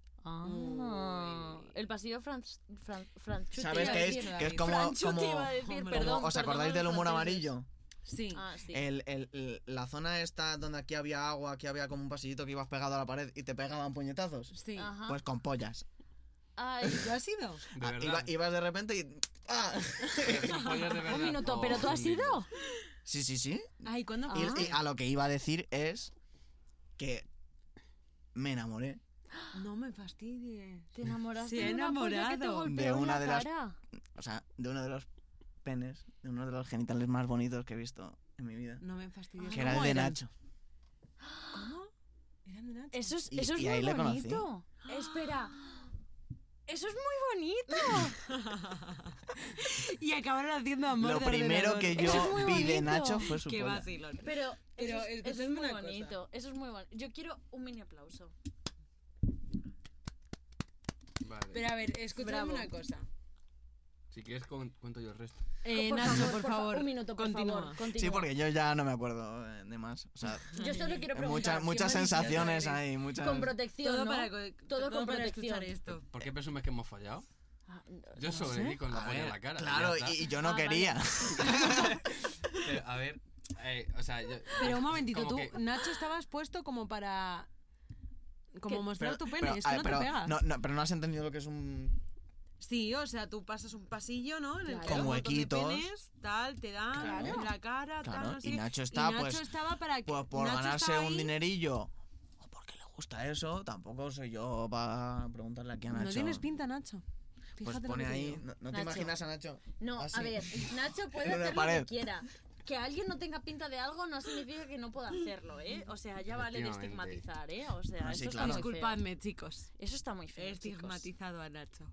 Speaker 1: Ah,
Speaker 4: Uy.
Speaker 1: el pasillo Franz, Fran- Franchuti
Speaker 3: ¿Sabes
Speaker 1: iba a
Speaker 3: qué es?
Speaker 1: decir.
Speaker 4: David.
Speaker 3: Que es como...
Speaker 1: Franchuti
Speaker 3: como-
Speaker 1: iba a decir,
Speaker 4: como-
Speaker 1: perdón.
Speaker 3: ¿Os
Speaker 1: perdón
Speaker 3: acordáis
Speaker 1: a
Speaker 3: del
Speaker 1: los
Speaker 3: humor
Speaker 1: franceses.
Speaker 3: amarillo? Eh,
Speaker 4: Sí.
Speaker 1: Ah, sí.
Speaker 3: El- el- el- la zona esta donde aquí había agua, aquí había como un pasillito que ibas pegado a la pared y te pegaban puñetazos.
Speaker 4: Sí.
Speaker 1: Ajá.
Speaker 3: Pues con pollas.
Speaker 1: Ay,
Speaker 4: ¿Lo has ido?
Speaker 2: De
Speaker 3: Ah,
Speaker 2: verdad.
Speaker 3: iba- ibas de repente y. ¡ah!
Speaker 2: Son pollas de verdad.
Speaker 1: un minuto,
Speaker 2: Oh,
Speaker 1: ¿pero tú has
Speaker 2: son
Speaker 1: ido?
Speaker 2: niños.
Speaker 3: Sí, sí, sí.
Speaker 4: Ay, ¿cuándo
Speaker 1: Ah.
Speaker 3: Y-
Speaker 4: fuiste?
Speaker 3: y a lo que iba a decir es que me enamoré.
Speaker 4: No me fastidies.
Speaker 1: Te enamoraste
Speaker 4: Se ha
Speaker 1: de una polla que te
Speaker 4: enamorado.
Speaker 1: golpeó
Speaker 3: De
Speaker 1: en
Speaker 3: una
Speaker 1: la
Speaker 3: de las-
Speaker 1: cara.
Speaker 3: O sea, de uno de los penes, de uno de los genitales más bonitos que he visto en mi vida.
Speaker 4: No me fastidies.
Speaker 3: Que era el
Speaker 4: ¿Cómo
Speaker 3: de
Speaker 4: eran?
Speaker 3: Nacho.
Speaker 4: ¿Cómo? ¿Eran de Nacho?
Speaker 1: Eso es,
Speaker 3: Y-
Speaker 1: eso es
Speaker 3: y ahí
Speaker 1: muy
Speaker 3: le conocí.
Speaker 1: bonito. Espera. Eso es muy bonito.
Speaker 4: Y acabaron haciendo amor
Speaker 3: Lo
Speaker 4: de
Speaker 3: primero
Speaker 4: ordenador.
Speaker 3: que
Speaker 1: Eso es
Speaker 3: yo
Speaker 1: muy
Speaker 3: vi de
Speaker 1: bonito.
Speaker 3: Nacho fue su
Speaker 4: Qué
Speaker 3: polla.
Speaker 4: vacilón.
Speaker 1: Pero, eso,
Speaker 4: Pero,
Speaker 1: es-
Speaker 4: eh,
Speaker 1: eso es,
Speaker 4: escúchame
Speaker 1: muy
Speaker 4: una cosa.
Speaker 1: bonito. Eso es muy bonito. Yo quiero un mini aplauso.
Speaker 2: Vale.
Speaker 4: Pero a ver, escúchame
Speaker 1: Bravo.
Speaker 4: una cosa.
Speaker 2: Si quieres, con- cuento yo el resto.
Speaker 4: Eh,
Speaker 1: Por
Speaker 4: Nacho,
Speaker 1: favor,
Speaker 4: por favor.
Speaker 1: Un minuto, por
Speaker 4: continúa.
Speaker 1: favor. Continúa.
Speaker 3: Sí, porque yo ya no me acuerdo eh, de más. O sea,
Speaker 1: Yo solo quiero preguntar.
Speaker 3: muchas,
Speaker 1: ¿quién
Speaker 3: muchas
Speaker 1: me dice
Speaker 3: sensaciones
Speaker 4: que eres?
Speaker 3: hay, muchas...
Speaker 1: Con protección,
Speaker 4: Todo
Speaker 1: ¿no?
Speaker 4: para, co-
Speaker 1: Todo con
Speaker 4: para
Speaker 1: protección.
Speaker 4: escuchar esto.
Speaker 2: ¿Por qué presumes que hemos fallado?
Speaker 1: Ah, no-
Speaker 2: Yo
Speaker 1: no
Speaker 2: sobre
Speaker 1: sé.
Speaker 2: mí con la
Speaker 3: A
Speaker 2: polla en
Speaker 3: ver,
Speaker 2: la cara.
Speaker 3: claro,
Speaker 2: ya está.
Speaker 3: y, y yo no
Speaker 1: Ah, vale.
Speaker 3: quería.
Speaker 2: Pero, a ver, eh, o sea, yo-
Speaker 4: Pero un momentito,
Speaker 2: como
Speaker 4: tú,
Speaker 2: que-
Speaker 4: Nacho, estabas puesto como para. Como
Speaker 1: ¿Qué?
Speaker 4: mostrar tu pene, es
Speaker 3: a
Speaker 4: que
Speaker 3: ver,
Speaker 4: no
Speaker 3: pero-
Speaker 4: te pega.
Speaker 3: no, no, pero no has entendido lo que es un...
Speaker 4: Sí, o sea, tú pasas un pasillo, ¿no? En el que
Speaker 1: Claro.
Speaker 4: hay un
Speaker 3: Con
Speaker 4: montón de
Speaker 3: huequitos.
Speaker 4: penes, tal, te dan
Speaker 3: Claro.
Speaker 4: en la cara,
Speaker 3: Claro,
Speaker 4: tal, no sé.
Speaker 3: y
Speaker 4: qué.
Speaker 3: Nacho está,
Speaker 4: Nacho
Speaker 3: pues,
Speaker 4: estaba para que-
Speaker 3: Pues por
Speaker 4: Nacho
Speaker 3: ganarse
Speaker 4: estaba
Speaker 3: un
Speaker 4: ahí.
Speaker 3: dinerillo o porque le gusta eso, tampoco soy yo para preguntarle aquí a Nacho.
Speaker 4: No tienes pinta, Nacho.
Speaker 3: Pues
Speaker 4: Fíjate lo
Speaker 3: pone
Speaker 4: que te
Speaker 3: ahí...
Speaker 4: digo.
Speaker 3: ¿No, no te
Speaker 1: Nacho.
Speaker 3: imaginas a Nacho?
Speaker 1: No,
Speaker 3: Así.
Speaker 1: a ver, Nacho puede
Speaker 3: Ah, En una
Speaker 1: hacer lo
Speaker 3: pared.
Speaker 1: que quiera. Que alguien no tenga pinta de algo no significa que no pueda hacerlo, ¿eh? O sea, ya vale de
Speaker 2: Efectivamente.
Speaker 1: estigmatizar, ¿eh? O sea,
Speaker 3: Ah,
Speaker 1: eso
Speaker 3: sí,
Speaker 1: está muy
Speaker 3: claro.
Speaker 1: feo.
Speaker 4: Disculpadme, chicos.
Speaker 1: Eso está muy
Speaker 4: He
Speaker 1: feo, chicos.
Speaker 4: estigmatizado a Nacho.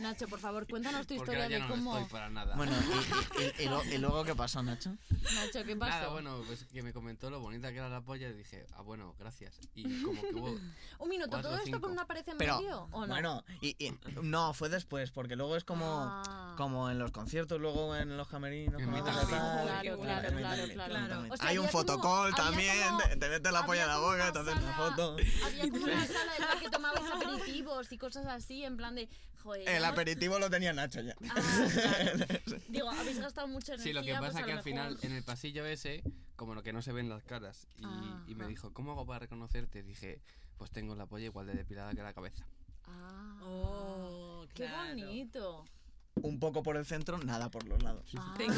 Speaker 1: Nacho, por favor, cuéntanos tu
Speaker 2: porque
Speaker 1: historia
Speaker 2: ahora ya
Speaker 1: de
Speaker 2: no
Speaker 1: cómo...
Speaker 2: estoy para nada.
Speaker 3: Bueno, y, y- y- y lo- y luego qué pasó, Nacho?
Speaker 1: Nacho, ¿qué pasó?
Speaker 2: Nada, bueno, pues que me comentó lo bonita que era la polla y dije, ah, bueno, gracias. Y como que hubo...
Speaker 1: Un minuto,
Speaker 2: cuatro
Speaker 1: ¿todo
Speaker 2: o
Speaker 1: esto
Speaker 2: cinco.
Speaker 1: con una pared en
Speaker 3: Pero,
Speaker 1: medio o no?
Speaker 3: bueno, y, y- no, fue después, porque luego es como,
Speaker 1: Ah.
Speaker 3: como en los conciertos, luego en los camerinos.
Speaker 2: En
Speaker 3: como-
Speaker 2: mitad de
Speaker 3: Ah,
Speaker 2: la-
Speaker 1: Claro, claro,
Speaker 3: en
Speaker 1: claro,
Speaker 3: mitad de la-
Speaker 1: claro.
Speaker 3: en mitad de la-
Speaker 4: Claro.
Speaker 1: O sea,
Speaker 3: Hay un
Speaker 1: había como-
Speaker 3: fotocall
Speaker 1: había
Speaker 3: también,
Speaker 1: como-
Speaker 3: te, te metes la polla en la
Speaker 1: había como
Speaker 3: boca,
Speaker 1: una
Speaker 3: te haces una
Speaker 1: sala-
Speaker 3: foto.
Speaker 1: Había como una sala en la que tomabais aperitivos y cosas así, en plan de... Joder,
Speaker 3: El
Speaker 1: hemos-
Speaker 3: aperitivo lo tenía Nacho ya.
Speaker 1: Ah, claro. Digo, habéis gastado mucha energía.
Speaker 2: Sí, lo que pasa
Speaker 1: pues a
Speaker 2: que
Speaker 1: lo
Speaker 2: al final
Speaker 1: mejor-
Speaker 2: en el pasillo ese, como lo que no se ven las caras, y, y me
Speaker 1: Ajá.
Speaker 2: dijo, ¿cómo hago para reconocerte? Dije, pues tengo la polla igual de depilada que la cabeza.
Speaker 1: Ah.
Speaker 4: Oh,
Speaker 1: Qué bonito.
Speaker 3: Un poco por el centro, nada por los lados.
Speaker 4: Tengo-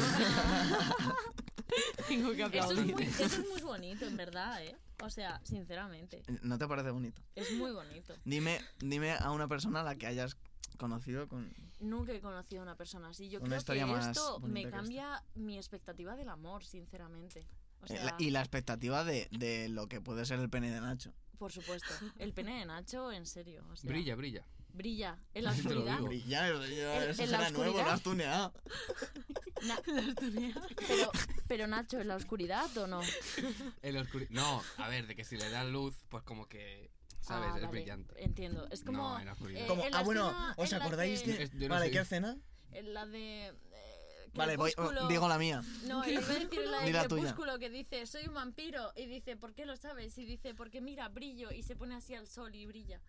Speaker 4: Tengo que
Speaker 1: Eso es,
Speaker 4: aplaudir.
Speaker 1: muy, eso es muy bonito, en verdad, ¿eh? O sea, sinceramente,
Speaker 3: ¿No te parece bonito?
Speaker 1: es muy bonito.
Speaker 3: Dime, dime a una persona a la que hayas conocido con...
Speaker 1: Nunca he conocido a una persona así. Yo
Speaker 3: Una
Speaker 1: creo
Speaker 3: historia
Speaker 1: que
Speaker 3: más
Speaker 1: esto
Speaker 3: bonita
Speaker 1: me
Speaker 3: que
Speaker 1: cambia mi expectativa del amor, sinceramente. O
Speaker 3: eh,
Speaker 1: sea,
Speaker 3: la- y la expectativa de, de lo que puede ser el pene de Nacho.
Speaker 1: por supuesto. El pene de Nacho, en serio. o sea,
Speaker 2: Brilla, brilla.
Speaker 1: Brilla. En la
Speaker 2: Te lo
Speaker 1: oscuridad.
Speaker 2: digo.
Speaker 3: Brillar,
Speaker 1: En-
Speaker 3: eso
Speaker 1: en la
Speaker 3: será nuevo, lo
Speaker 1: oscuridad. Eh,
Speaker 3: has tuneado.
Speaker 1: Na- pero, pero Nacho, ¿en la oscuridad o no?
Speaker 2: El oscuri- No, a ver, de que si le da luz, pues como que, ¿sabes?
Speaker 1: Ah,
Speaker 2: es
Speaker 1: vale,
Speaker 2: brillante.
Speaker 1: Entiendo. Es como.
Speaker 2: No, en la oscuridad.
Speaker 1: eh,
Speaker 3: Como,
Speaker 1: en la
Speaker 3: ah, bueno,
Speaker 1: escena
Speaker 3: ¿os
Speaker 1: en la
Speaker 3: acordáis
Speaker 1: que-
Speaker 3: que...?
Speaker 2: Es- yo no
Speaker 3: vale,
Speaker 2: soy-
Speaker 3: ¿qué escena?
Speaker 1: en la de. eh,
Speaker 3: Vale, voy, oh,
Speaker 1: Crepúsculo.
Speaker 3: digo la mía.
Speaker 1: No, le iba a decir la
Speaker 3: Di la
Speaker 1: de
Speaker 3: tuya.
Speaker 1: Crepúsculo que dice, soy un vampiro. Y dice, ¿por qué lo sabes? Y dice, porque mira, brillo. Y se pone así al sol y brilla.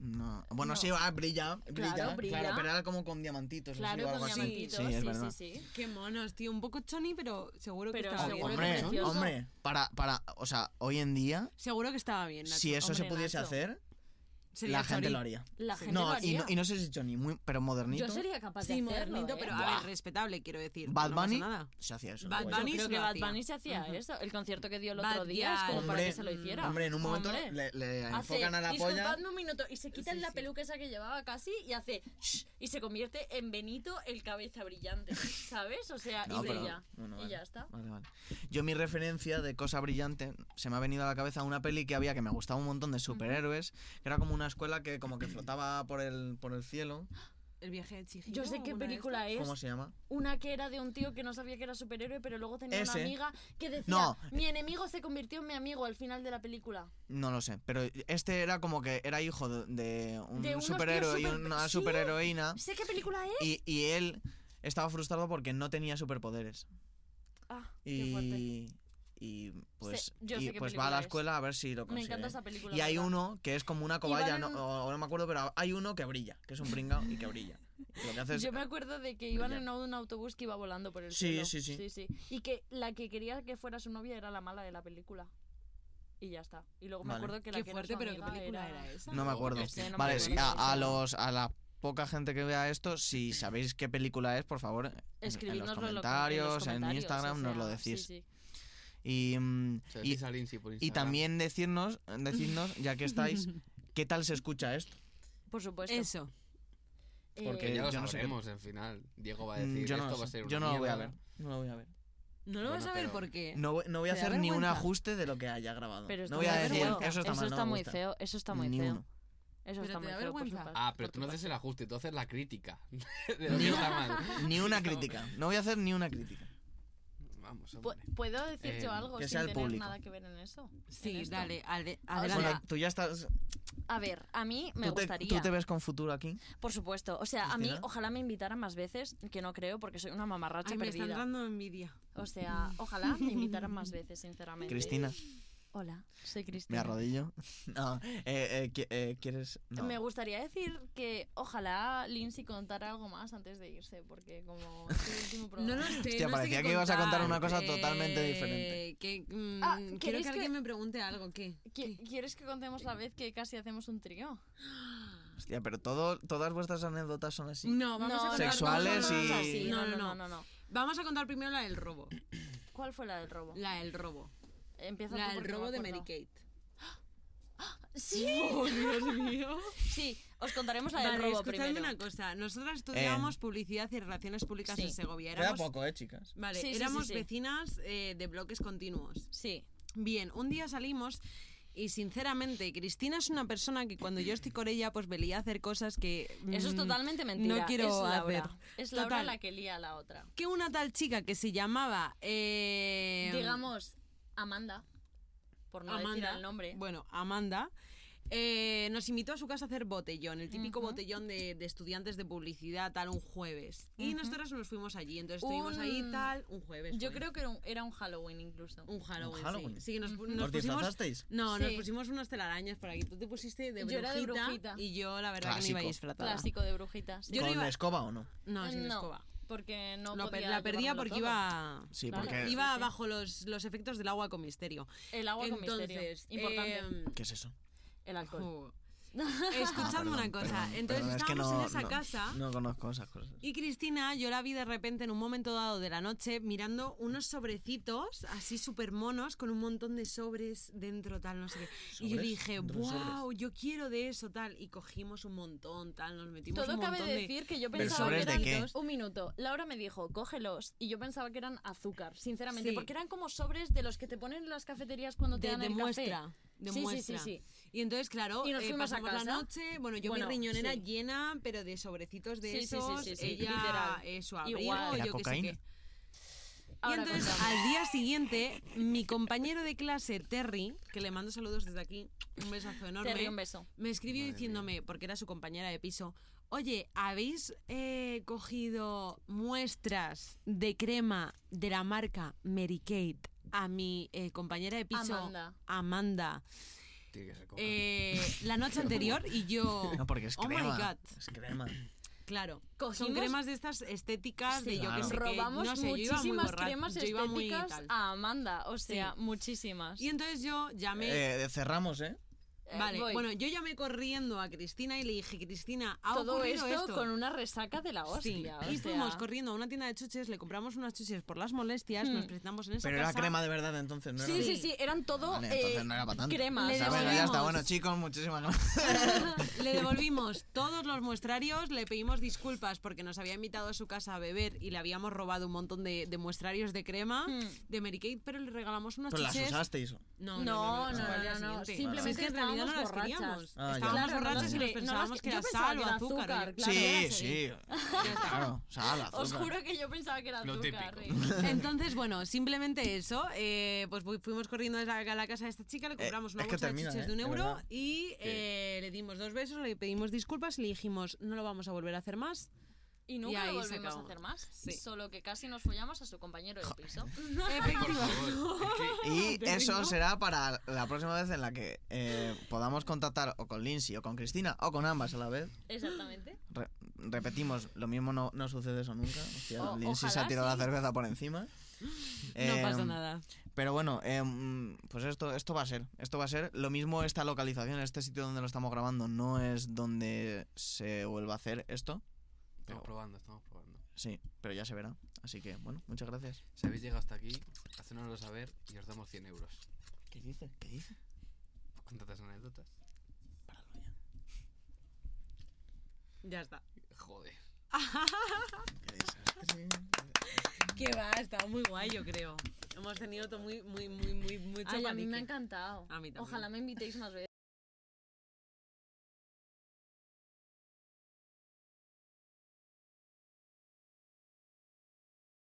Speaker 3: No. Bueno,
Speaker 1: No.
Speaker 3: sí, ah, brilla, brilla,
Speaker 1: Claro,
Speaker 3: claro,
Speaker 1: brilla.
Speaker 3: pero era como con diamantitos. así,
Speaker 1: Claro,
Speaker 3: o
Speaker 1: con
Speaker 3: algo así.
Speaker 1: diamantitos.
Speaker 3: Sí, es
Speaker 1: Sí,
Speaker 3: verdad.
Speaker 1: sí, sí.
Speaker 4: Qué monos, tío. Un poco choni, pero seguro que
Speaker 1: Pero
Speaker 4: estaba
Speaker 1: seguro
Speaker 4: bien.
Speaker 1: que
Speaker 3: Oh, Hombre,
Speaker 1: precioso.
Speaker 3: hombre, para, para, o sea, hoy en día,
Speaker 4: Seguro que estaba bien, Nacho.
Speaker 3: si eso se
Speaker 1: hombre,
Speaker 3: pudiese
Speaker 1: Nacho.
Speaker 3: hacer,
Speaker 4: Sería
Speaker 3: la gente
Speaker 4: chori.
Speaker 3: lo haría.
Speaker 1: La gente
Speaker 3: no,
Speaker 1: lo
Speaker 3: Y,
Speaker 1: haría.
Speaker 3: no, y no sé si Johnny, muy, pero modernito.
Speaker 1: Yo sería capaz
Speaker 4: Sí,
Speaker 1: de hacerlo.
Speaker 4: modernito,
Speaker 1: ¿eh?
Speaker 4: pero a
Speaker 3: Buah.
Speaker 4: ver, respetable, quiero decir.
Speaker 3: Bad
Speaker 4: no pasa
Speaker 3: Bunny
Speaker 4: nada.
Speaker 3: se hacía eso. Pues
Speaker 4: Bad
Speaker 3: Bueno,
Speaker 4: Bunny
Speaker 1: Creo
Speaker 4: se
Speaker 1: que
Speaker 4: lo
Speaker 1: Bad
Speaker 4: hacía.
Speaker 1: Bunny se hacía
Speaker 4: Ujú.
Speaker 1: eso. El concierto que dio el
Speaker 4: Bad
Speaker 1: otro día es como para
Speaker 3: Hombre,
Speaker 1: que se lo hiciera.
Speaker 3: Hombre, en un momento
Speaker 1: Hombre.
Speaker 3: le, le
Speaker 1: Hace,
Speaker 3: enfocan a la polla.
Speaker 1: disculpadme un minuto, y se quita la peluca esa que llevaba casi y hace shh, y se convierte en Benito el cabeza brillante, ¿sabes? O sea,
Speaker 3: No,
Speaker 1: y
Speaker 3: pero-
Speaker 1: brilla.
Speaker 3: bueno,
Speaker 1: Y
Speaker 3: vale.
Speaker 1: ya está.
Speaker 3: Vale, vale. Yo mi referencia de cosa brillante se me ha venido a la cabeza una peli que había que me gustaba un montón de superhéroes, que era como una escuela que como que flotaba por el por el cielo.
Speaker 4: El viaje de Chihiro.
Speaker 1: Yo sé qué
Speaker 4: alguna de
Speaker 1: película es,
Speaker 3: ¿Cómo se llama?
Speaker 1: una que era de un tío que no sabía que era superhéroe, pero luego tenía
Speaker 3: Ese.
Speaker 1: una amiga que decía,
Speaker 3: No.
Speaker 1: mi enemigo se convirtió en mi amigo al final de la película.
Speaker 3: No lo sé, pero este era como que era hijo de, de un
Speaker 1: De unos
Speaker 3: superhéroe y
Speaker 1: tíos super-
Speaker 3: una
Speaker 1: sí.
Speaker 3: superheroína
Speaker 1: ¿Sé qué película es?
Speaker 3: y, y él estaba frustrado porque no tenía superpoderes.
Speaker 1: Ah, qué fuerte.
Speaker 3: Y, y pues,
Speaker 1: Sé- yo sé
Speaker 3: y
Speaker 1: qué
Speaker 3: pues va a la
Speaker 1: película es.
Speaker 3: escuela a ver si lo
Speaker 1: Me
Speaker 3: consigue.
Speaker 1: encanta esa película.
Speaker 3: Y hay
Speaker 1: ¿verdad?
Speaker 3: uno que es como una
Speaker 1: van
Speaker 3: cobaya,
Speaker 1: en
Speaker 3: no,
Speaker 1: un-
Speaker 3: o- o no me acuerdo, pero hay uno que brilla, que es un pringao y que brilla. Lo que haces.
Speaker 1: Yo me acuerdo de que iban
Speaker 3: ya.
Speaker 1: en un autobús que iba volando por el cielo.
Speaker 3: Sí, sí, sí.
Speaker 1: Y que la que quería que fuera su novia era la mala de la película. Y ya está. Y luego me
Speaker 3: Vale.
Speaker 1: acuerdo que la
Speaker 4: Qué
Speaker 1: que
Speaker 4: fuerte,
Speaker 1: era su
Speaker 4: pero ¿qué
Speaker 1: amiga
Speaker 4: película era esa?
Speaker 3: No me acuerdo.
Speaker 1: Sí, no me
Speaker 3: vale,
Speaker 1: acuerdo
Speaker 3: sí,
Speaker 1: cómo se
Speaker 3: a, a
Speaker 1: llama.
Speaker 3: los, a la poca gente que vea esto, si sabéis qué película es, por favor, en- en los
Speaker 1: Escribidnoslo en lo-
Speaker 3: comentarios, en,
Speaker 1: comentarios,
Speaker 3: Instagram,
Speaker 1: o
Speaker 3: nos lo
Speaker 1: sea,
Speaker 3: decís.
Speaker 1: sí, sí.
Speaker 3: Y, mm,
Speaker 2: Se lo
Speaker 3: y,
Speaker 2: decís a Lindsay por
Speaker 3: y
Speaker 2: Instagram.
Speaker 3: también decirnos, decidnos, ya que estáis, qué tal se escucha esto.
Speaker 1: Por supuesto.
Speaker 4: Eso.
Speaker 2: Porque
Speaker 1: Eh,
Speaker 2: ya lo
Speaker 3: yo no sé qué-
Speaker 2: sabremos al final. Diego va a
Speaker 3: Mm,
Speaker 2: decir,
Speaker 3: Yo no,
Speaker 2: esto
Speaker 3: lo
Speaker 2: va a
Speaker 3: sé.
Speaker 2: ser una
Speaker 3: Yo no lo voy a ver.
Speaker 2: mierda".
Speaker 3: No lo voy a ver.
Speaker 4: No lo
Speaker 2: Bueno,
Speaker 4: vas a ver
Speaker 2: pero-
Speaker 1: Eh,
Speaker 4: porque.
Speaker 3: No voy, no voy a
Speaker 4: ¿Te da
Speaker 3: hacer ni una
Speaker 4: vergüenza?
Speaker 3: ajuste de lo que haya grabado.
Speaker 1: Pero esto
Speaker 3: no voy a
Speaker 1: me da
Speaker 3: decir,
Speaker 1: vergüenza.
Speaker 3: eso está mal. no me
Speaker 1: muy
Speaker 3: gusta".
Speaker 1: feo, eso está muy
Speaker 3: Ni
Speaker 1: feo.
Speaker 3: uno.
Speaker 1: Eso
Speaker 4: Pero
Speaker 1: está
Speaker 4: te
Speaker 1: muy
Speaker 4: da
Speaker 1: feo. por su
Speaker 4: vergüenza.
Speaker 1: parte,
Speaker 2: Ah, pero
Speaker 1: por
Speaker 2: tú
Speaker 1: tu
Speaker 2: no
Speaker 1: parte.
Speaker 2: haces el ajuste, tú haces la crítica. de lo que está mal.
Speaker 3: Ni una crítica. No voy a hacer ni una crítica.
Speaker 2: Vamos,
Speaker 1: Pu-
Speaker 2: hombre.
Speaker 1: ¿Puedo decir yo
Speaker 2: Eh,
Speaker 1: algo
Speaker 3: que
Speaker 1: sin
Speaker 3: sea el
Speaker 1: tener
Speaker 3: público.
Speaker 1: nada que ver en eso? en
Speaker 4: Sí,
Speaker 1: esto?
Speaker 4: dale, ade-
Speaker 1: Pero
Speaker 4: adelante.
Speaker 1: sea,
Speaker 3: bueno, tú ya estás.
Speaker 1: A ver, a mí me
Speaker 3: tú, te,
Speaker 1: gustaría.
Speaker 3: tú te ves con futuro aquí.
Speaker 1: Por supuesto. O sea, a mí
Speaker 3: Cristina.
Speaker 1: ojalá me invitaran más veces, que no creo porque soy una mamarracha
Speaker 4: Ay, me están
Speaker 1: perdida.
Speaker 4: dando envidia.
Speaker 1: O sea, ojalá me invitaran más veces, sinceramente.
Speaker 3: Cristina,
Speaker 1: Hola, soy
Speaker 3: me
Speaker 1: Cristina.
Speaker 3: arrodillo. No, eh, eh, qui- eh, ¿quieres.? No.
Speaker 1: Me gustaría decir que ojalá Lindsay contara algo más antes de irse, porque como es el último
Speaker 4: No lo
Speaker 1: programa.
Speaker 4: sé.
Speaker 3: Hostia,
Speaker 4: no sé
Speaker 3: parecía
Speaker 4: qué
Speaker 3: que ibas a contar una cosa
Speaker 4: Eh,
Speaker 3: totalmente diferente.
Speaker 4: Que, mm,
Speaker 1: Ah,
Speaker 4: quiero
Speaker 1: ¿queréis
Speaker 4: que
Speaker 1: que-
Speaker 4: alguien me pregunte algo. ¿Qué?
Speaker 1: ¿Qui- ¿Quieres que contemos la vez que casi hacemos un trío?
Speaker 3: Hostia, pero todo, todas vuestras anécdotas son así.
Speaker 4: No, vamos a
Speaker 1: no,
Speaker 4: contar
Speaker 3: Sexuales
Speaker 1: no, no, no, no,
Speaker 3: y-
Speaker 1: sí,
Speaker 4: No,
Speaker 1: no,
Speaker 4: no, no.
Speaker 1: no, no.
Speaker 4: Vamos a contar primero la del robo.
Speaker 1: ¿Cuál fue la del robo?
Speaker 4: La del robo.
Speaker 1: Empieza
Speaker 4: La
Speaker 1: tú
Speaker 4: del
Speaker 1: porque no
Speaker 4: robo
Speaker 1: me
Speaker 4: de
Speaker 1: acuerdo.
Speaker 4: Mary Kate.
Speaker 1: Sí,
Speaker 4: ¡Oh, Dios mío!
Speaker 1: sí, os contaremos la del
Speaker 4: Vale,
Speaker 1: robo
Speaker 4: escuchadme
Speaker 1: primero.
Speaker 4: una cosa. Nosotras estudiábamos publicidad y relaciones públicas
Speaker 1: Sí.
Speaker 4: en Segovia.
Speaker 3: Queda
Speaker 4: Éramos,
Speaker 3: Eh. poco, ¿eh, chicas?
Speaker 4: vale,
Speaker 1: Sí, sí, sí,
Speaker 4: éramos
Speaker 1: sí.
Speaker 4: vecinas eh, de bloques continuos.
Speaker 1: Sí,
Speaker 4: Bien, un día salimos y sinceramente, Cristina es una persona que cuando yo estoy con ella, pues me lía a hacer cosas que.
Speaker 1: eso es
Speaker 4: mm,
Speaker 1: totalmente mentira.
Speaker 4: No quiero
Speaker 1: es Laura.
Speaker 4: hacer.
Speaker 1: Es Laura
Speaker 4: Total.
Speaker 1: la que lía a la otra.
Speaker 4: Que una tal chica que se llamaba. eh,
Speaker 1: Digamos, Amanda, por no decir el nombre.
Speaker 4: Bueno, Amanda. eh, nos invitó a su casa a hacer botellón, el típico
Speaker 1: Ujú.
Speaker 4: botellón de, de estudiantes de publicidad, tal, un jueves. Y
Speaker 1: Ujú.
Speaker 4: nosotras nos fuimos allí, entonces estuvimos
Speaker 1: Un-
Speaker 4: ahí, tal, un jueves.
Speaker 1: Yo
Speaker 4: fue.
Speaker 1: creo que era un, era un Halloween incluso.
Speaker 4: Un Halloween.
Speaker 3: Un
Speaker 4: sí.
Speaker 3: Halloween.
Speaker 4: Sí, que nos,
Speaker 1: Ujú.
Speaker 4: nos
Speaker 3: ¿Os
Speaker 4: pusimos.
Speaker 3: disfrazasteis?
Speaker 4: No, nos
Speaker 1: Sí.
Speaker 4: pusimos unas telarañas por aquí. Tú te pusiste de brujita,
Speaker 1: Yo era de brujita.
Speaker 4: y yo la verdad que no
Speaker 3: Clásico.
Speaker 4: iba disfrazada.
Speaker 1: Clásico de brujitas.
Speaker 4: Yo
Speaker 3: ¿Con
Speaker 4: no iba-
Speaker 3: escoba o no?
Speaker 4: No, sin
Speaker 1: No,
Speaker 4: escoba.
Speaker 1: porque no
Speaker 4: Lo per-
Speaker 1: podía
Speaker 4: la perdía
Speaker 1: llevármelo
Speaker 4: porque
Speaker 1: todo.
Speaker 4: iba
Speaker 3: Sí,
Speaker 1: Claro.
Speaker 3: porque.
Speaker 4: iba
Speaker 1: Sí, sí.
Speaker 4: bajo los, los efectos del agua con misterio.
Speaker 1: El agua con misterio.
Speaker 4: Entonces,
Speaker 1: Importante.
Speaker 4: eh,
Speaker 3: ¿Qué es eso?
Speaker 1: el alcohol.
Speaker 4: jo.
Speaker 3: Ah,
Speaker 4: Escuchadme
Speaker 3: perdón,
Speaker 4: una cosa.
Speaker 3: perdón,
Speaker 4: Entonces
Speaker 3: perdón, es que
Speaker 4: estábamos
Speaker 3: no-
Speaker 4: en esa
Speaker 3: no-
Speaker 4: casa
Speaker 3: No conozco esas cosas.
Speaker 4: y Cristina, yo la vi de repente en un momento dado de la noche mirando unos sobrecitos así súper monos con un montón de sobres dentro, tal, no sé qué. Y yo
Speaker 3: ¿Sobres?
Speaker 4: dije,
Speaker 3: ¿Dentro de sobres?
Speaker 4: wow, yo quiero de eso, tal. Y cogimos un montón, tal, nos metimos
Speaker 1: Todo
Speaker 4: un
Speaker 1: cabe
Speaker 4: montón
Speaker 1: decir que yo
Speaker 3: ¿Pero
Speaker 1: pensaba que
Speaker 3: sobres de
Speaker 1: eran
Speaker 3: qué?
Speaker 1: dos- un minuto. Laura me dijo, cógelos. Y yo pensaba que eran azúcar, sinceramente.
Speaker 4: Sí.
Speaker 1: Porque eran como sobres de los que te ponen en las cafeterías cuando te
Speaker 4: de,
Speaker 1: dan
Speaker 4: de
Speaker 1: el
Speaker 4: muestra.
Speaker 1: café.
Speaker 4: De
Speaker 1: Sí, sí,
Speaker 4: muestra.
Speaker 1: sí,
Speaker 4: Y entonces, claro,
Speaker 1: Y nos
Speaker 4: eh,
Speaker 1: fuimos a
Speaker 4: pasamos la
Speaker 1: casa.
Speaker 4: noche. Bueno, yo
Speaker 1: Bueno,
Speaker 4: mi riñonera
Speaker 1: sí.
Speaker 4: llena, pero de sobrecitos de
Speaker 1: Sí, sí, sí,
Speaker 4: esos.
Speaker 1: sí, sí,
Speaker 4: ella,
Speaker 1: literal.
Speaker 4: eh, su abrigo,
Speaker 1: Igual.
Speaker 3: ¿Era
Speaker 4: yo qué sé
Speaker 3: cocaína?
Speaker 4: qué. Y
Speaker 1: Ahora
Speaker 4: entonces, ah,
Speaker 1: contamos.
Speaker 4: al día siguiente, mi compañero de clase, Terry, que le mando saludos desde aquí, un besazo enorme,
Speaker 1: Te río un beso.
Speaker 4: me escribió diciéndome, porque era su compañera de piso, oye, ¿habéis eh, cogido muestras de crema de la marca Mary Kate a mi eh, compañera de piso,
Speaker 1: Amanda.
Speaker 4: Amanda,
Speaker 2: Tiene que ser coca.
Speaker 4: eh, la noche anterior? Y yo,
Speaker 3: No, porque es
Speaker 4: oh my
Speaker 3: crema.
Speaker 4: God.
Speaker 3: Es crema.
Speaker 4: claro, son
Speaker 1: Cogimos-
Speaker 4: cremas de estas estéticas de
Speaker 1: Sí.
Speaker 4: yo que sé qué,
Speaker 1: robamos
Speaker 4: no sé, yo iba muy
Speaker 1: muchísimas
Speaker 4: borracha,
Speaker 1: cremas
Speaker 4: yo iba muy
Speaker 1: estéticas
Speaker 4: tal.
Speaker 1: a Amanda. O sea, muchísimas.
Speaker 4: Y entonces yo llamé...
Speaker 3: Eh, cerramos, ¿eh?
Speaker 1: Eh,
Speaker 4: Vale,
Speaker 1: voy.
Speaker 4: bueno, yo llamé corriendo a Cristina y le dije, Cristina, ha
Speaker 1: todo
Speaker 4: ocurrido
Speaker 1: esto,
Speaker 4: esto.
Speaker 1: con una resaca de la
Speaker 4: Sí,
Speaker 1: hostia.
Speaker 4: y
Speaker 1: o sea,
Speaker 4: fuimos corriendo a una tienda de chuches, le compramos unas chuches por las molestias,
Speaker 1: Hmm.
Speaker 4: nos presentamos en esa
Speaker 3: Pero era
Speaker 4: casa.
Speaker 3: crema de verdad entonces, ¿no?
Speaker 1: Sí,
Speaker 3: era...
Speaker 1: sí, sí, eran todo
Speaker 3: Vale, entonces
Speaker 1: eh,
Speaker 3: no era para tanto.
Speaker 1: cremas.
Speaker 4: Le
Speaker 3: Pues a ver, ya
Speaker 4: devolvimos.
Speaker 3: está. Bueno, chicos, muchísimas gracias.
Speaker 4: Le devolvimos todos los muestrarios, le pedimos disculpas porque nos había invitado a su casa a beber y le habíamos robado un montón de, de muestrarios de crema
Speaker 1: Hmm.
Speaker 4: de Mary Kate, pero le regalamos unas
Speaker 3: Pero las
Speaker 4: chuches.
Speaker 3: usasteis.
Speaker 4: No,
Speaker 1: No, no,
Speaker 4: eso fue al
Speaker 1: no,
Speaker 4: día
Speaker 1: no, no,
Speaker 4: siguiente.
Speaker 1: simplemente
Speaker 4: Es que en realidad no las
Speaker 1: estábamos
Speaker 4: queríamos.
Speaker 1: borrachas.
Speaker 3: Ah, ya.
Speaker 4: estábamos
Speaker 1: Claro, no
Speaker 4: borrachas
Speaker 1: las cre-
Speaker 4: y nos
Speaker 1: no las-
Speaker 4: pensábamos que
Speaker 1: yo
Speaker 4: era
Speaker 1: pensaba
Speaker 4: sal
Speaker 1: que
Speaker 4: o
Speaker 1: era
Speaker 4: azúcar. y
Speaker 1: azúcar,
Speaker 4: yo-
Speaker 1: Claro,
Speaker 3: sí,
Speaker 1: era
Speaker 3: sí. Claro, sal, azúcar.
Speaker 1: Os juro que yo pensaba que era
Speaker 2: Lo
Speaker 1: azúcar.
Speaker 2: típico.
Speaker 1: eh.
Speaker 4: Entonces, bueno, simplemente eso. eh, pues fu- fuimos corriendo a la, a la casa de esta chica, le compramos una
Speaker 3: Eh, es que
Speaker 4: bolsa
Speaker 3: termina,
Speaker 4: de chiches
Speaker 3: ¿eh?
Speaker 4: de un
Speaker 3: De
Speaker 4: euro
Speaker 3: verdad.
Speaker 4: y eh, le dimos dos besos, le pedimos disculpas y le dijimos, no lo vamos a volver a hacer más.
Speaker 1: Y
Speaker 4: Y
Speaker 1: nunca
Speaker 4: ahí
Speaker 1: lo
Speaker 4: se
Speaker 1: volvimos a
Speaker 4: acabó.
Speaker 1: hacer más.
Speaker 4: Sí.
Speaker 1: Solo que casi nos follamos a su compañero de piso.
Speaker 2: Por favor. Es que-
Speaker 3: Y
Speaker 4: Te
Speaker 3: eso
Speaker 4: digo.
Speaker 3: será para la próxima vez en la que eh, podamos contactar o con Lindsay o con Cristina o con ambas a la vez.
Speaker 1: Exactamente.
Speaker 3: Re- repetimos, lo mismo no, no sucede eso nunca. Hostia,
Speaker 1: O-
Speaker 3: Lindsay se
Speaker 1: ojalá
Speaker 3: ha tirado
Speaker 1: sí.
Speaker 3: la cerveza por encima.
Speaker 1: no pasa
Speaker 3: Em,
Speaker 1: nada.
Speaker 3: Pero bueno, em, pues esto, esto va a ser. Esto va a ser. Lo mismo esta localización, este sitio donde lo estamos grabando, no es donde se vuelva a hacer esto.
Speaker 2: Estamos probando, estamos probando.
Speaker 3: Sí, pero ya se verá. Así que, bueno, muchas gracias.
Speaker 2: Si habéis llegado hasta aquí, hacednoslo saber y os damos 100 euros.
Speaker 3: ¿Qué dice? ¿Qué dice?
Speaker 2: ¿Cuántas anécdotas?
Speaker 4: Ya está.
Speaker 2: Joder.
Speaker 4: Que va, ha estado muy guay, yo creo. Hemos tenido todo muy, muy, muy, muy, muy
Speaker 1: Ay, a mí me ha
Speaker 4: chapadique.
Speaker 1: encantado.
Speaker 4: A mí también.
Speaker 1: Ojalá me invitéis más veces.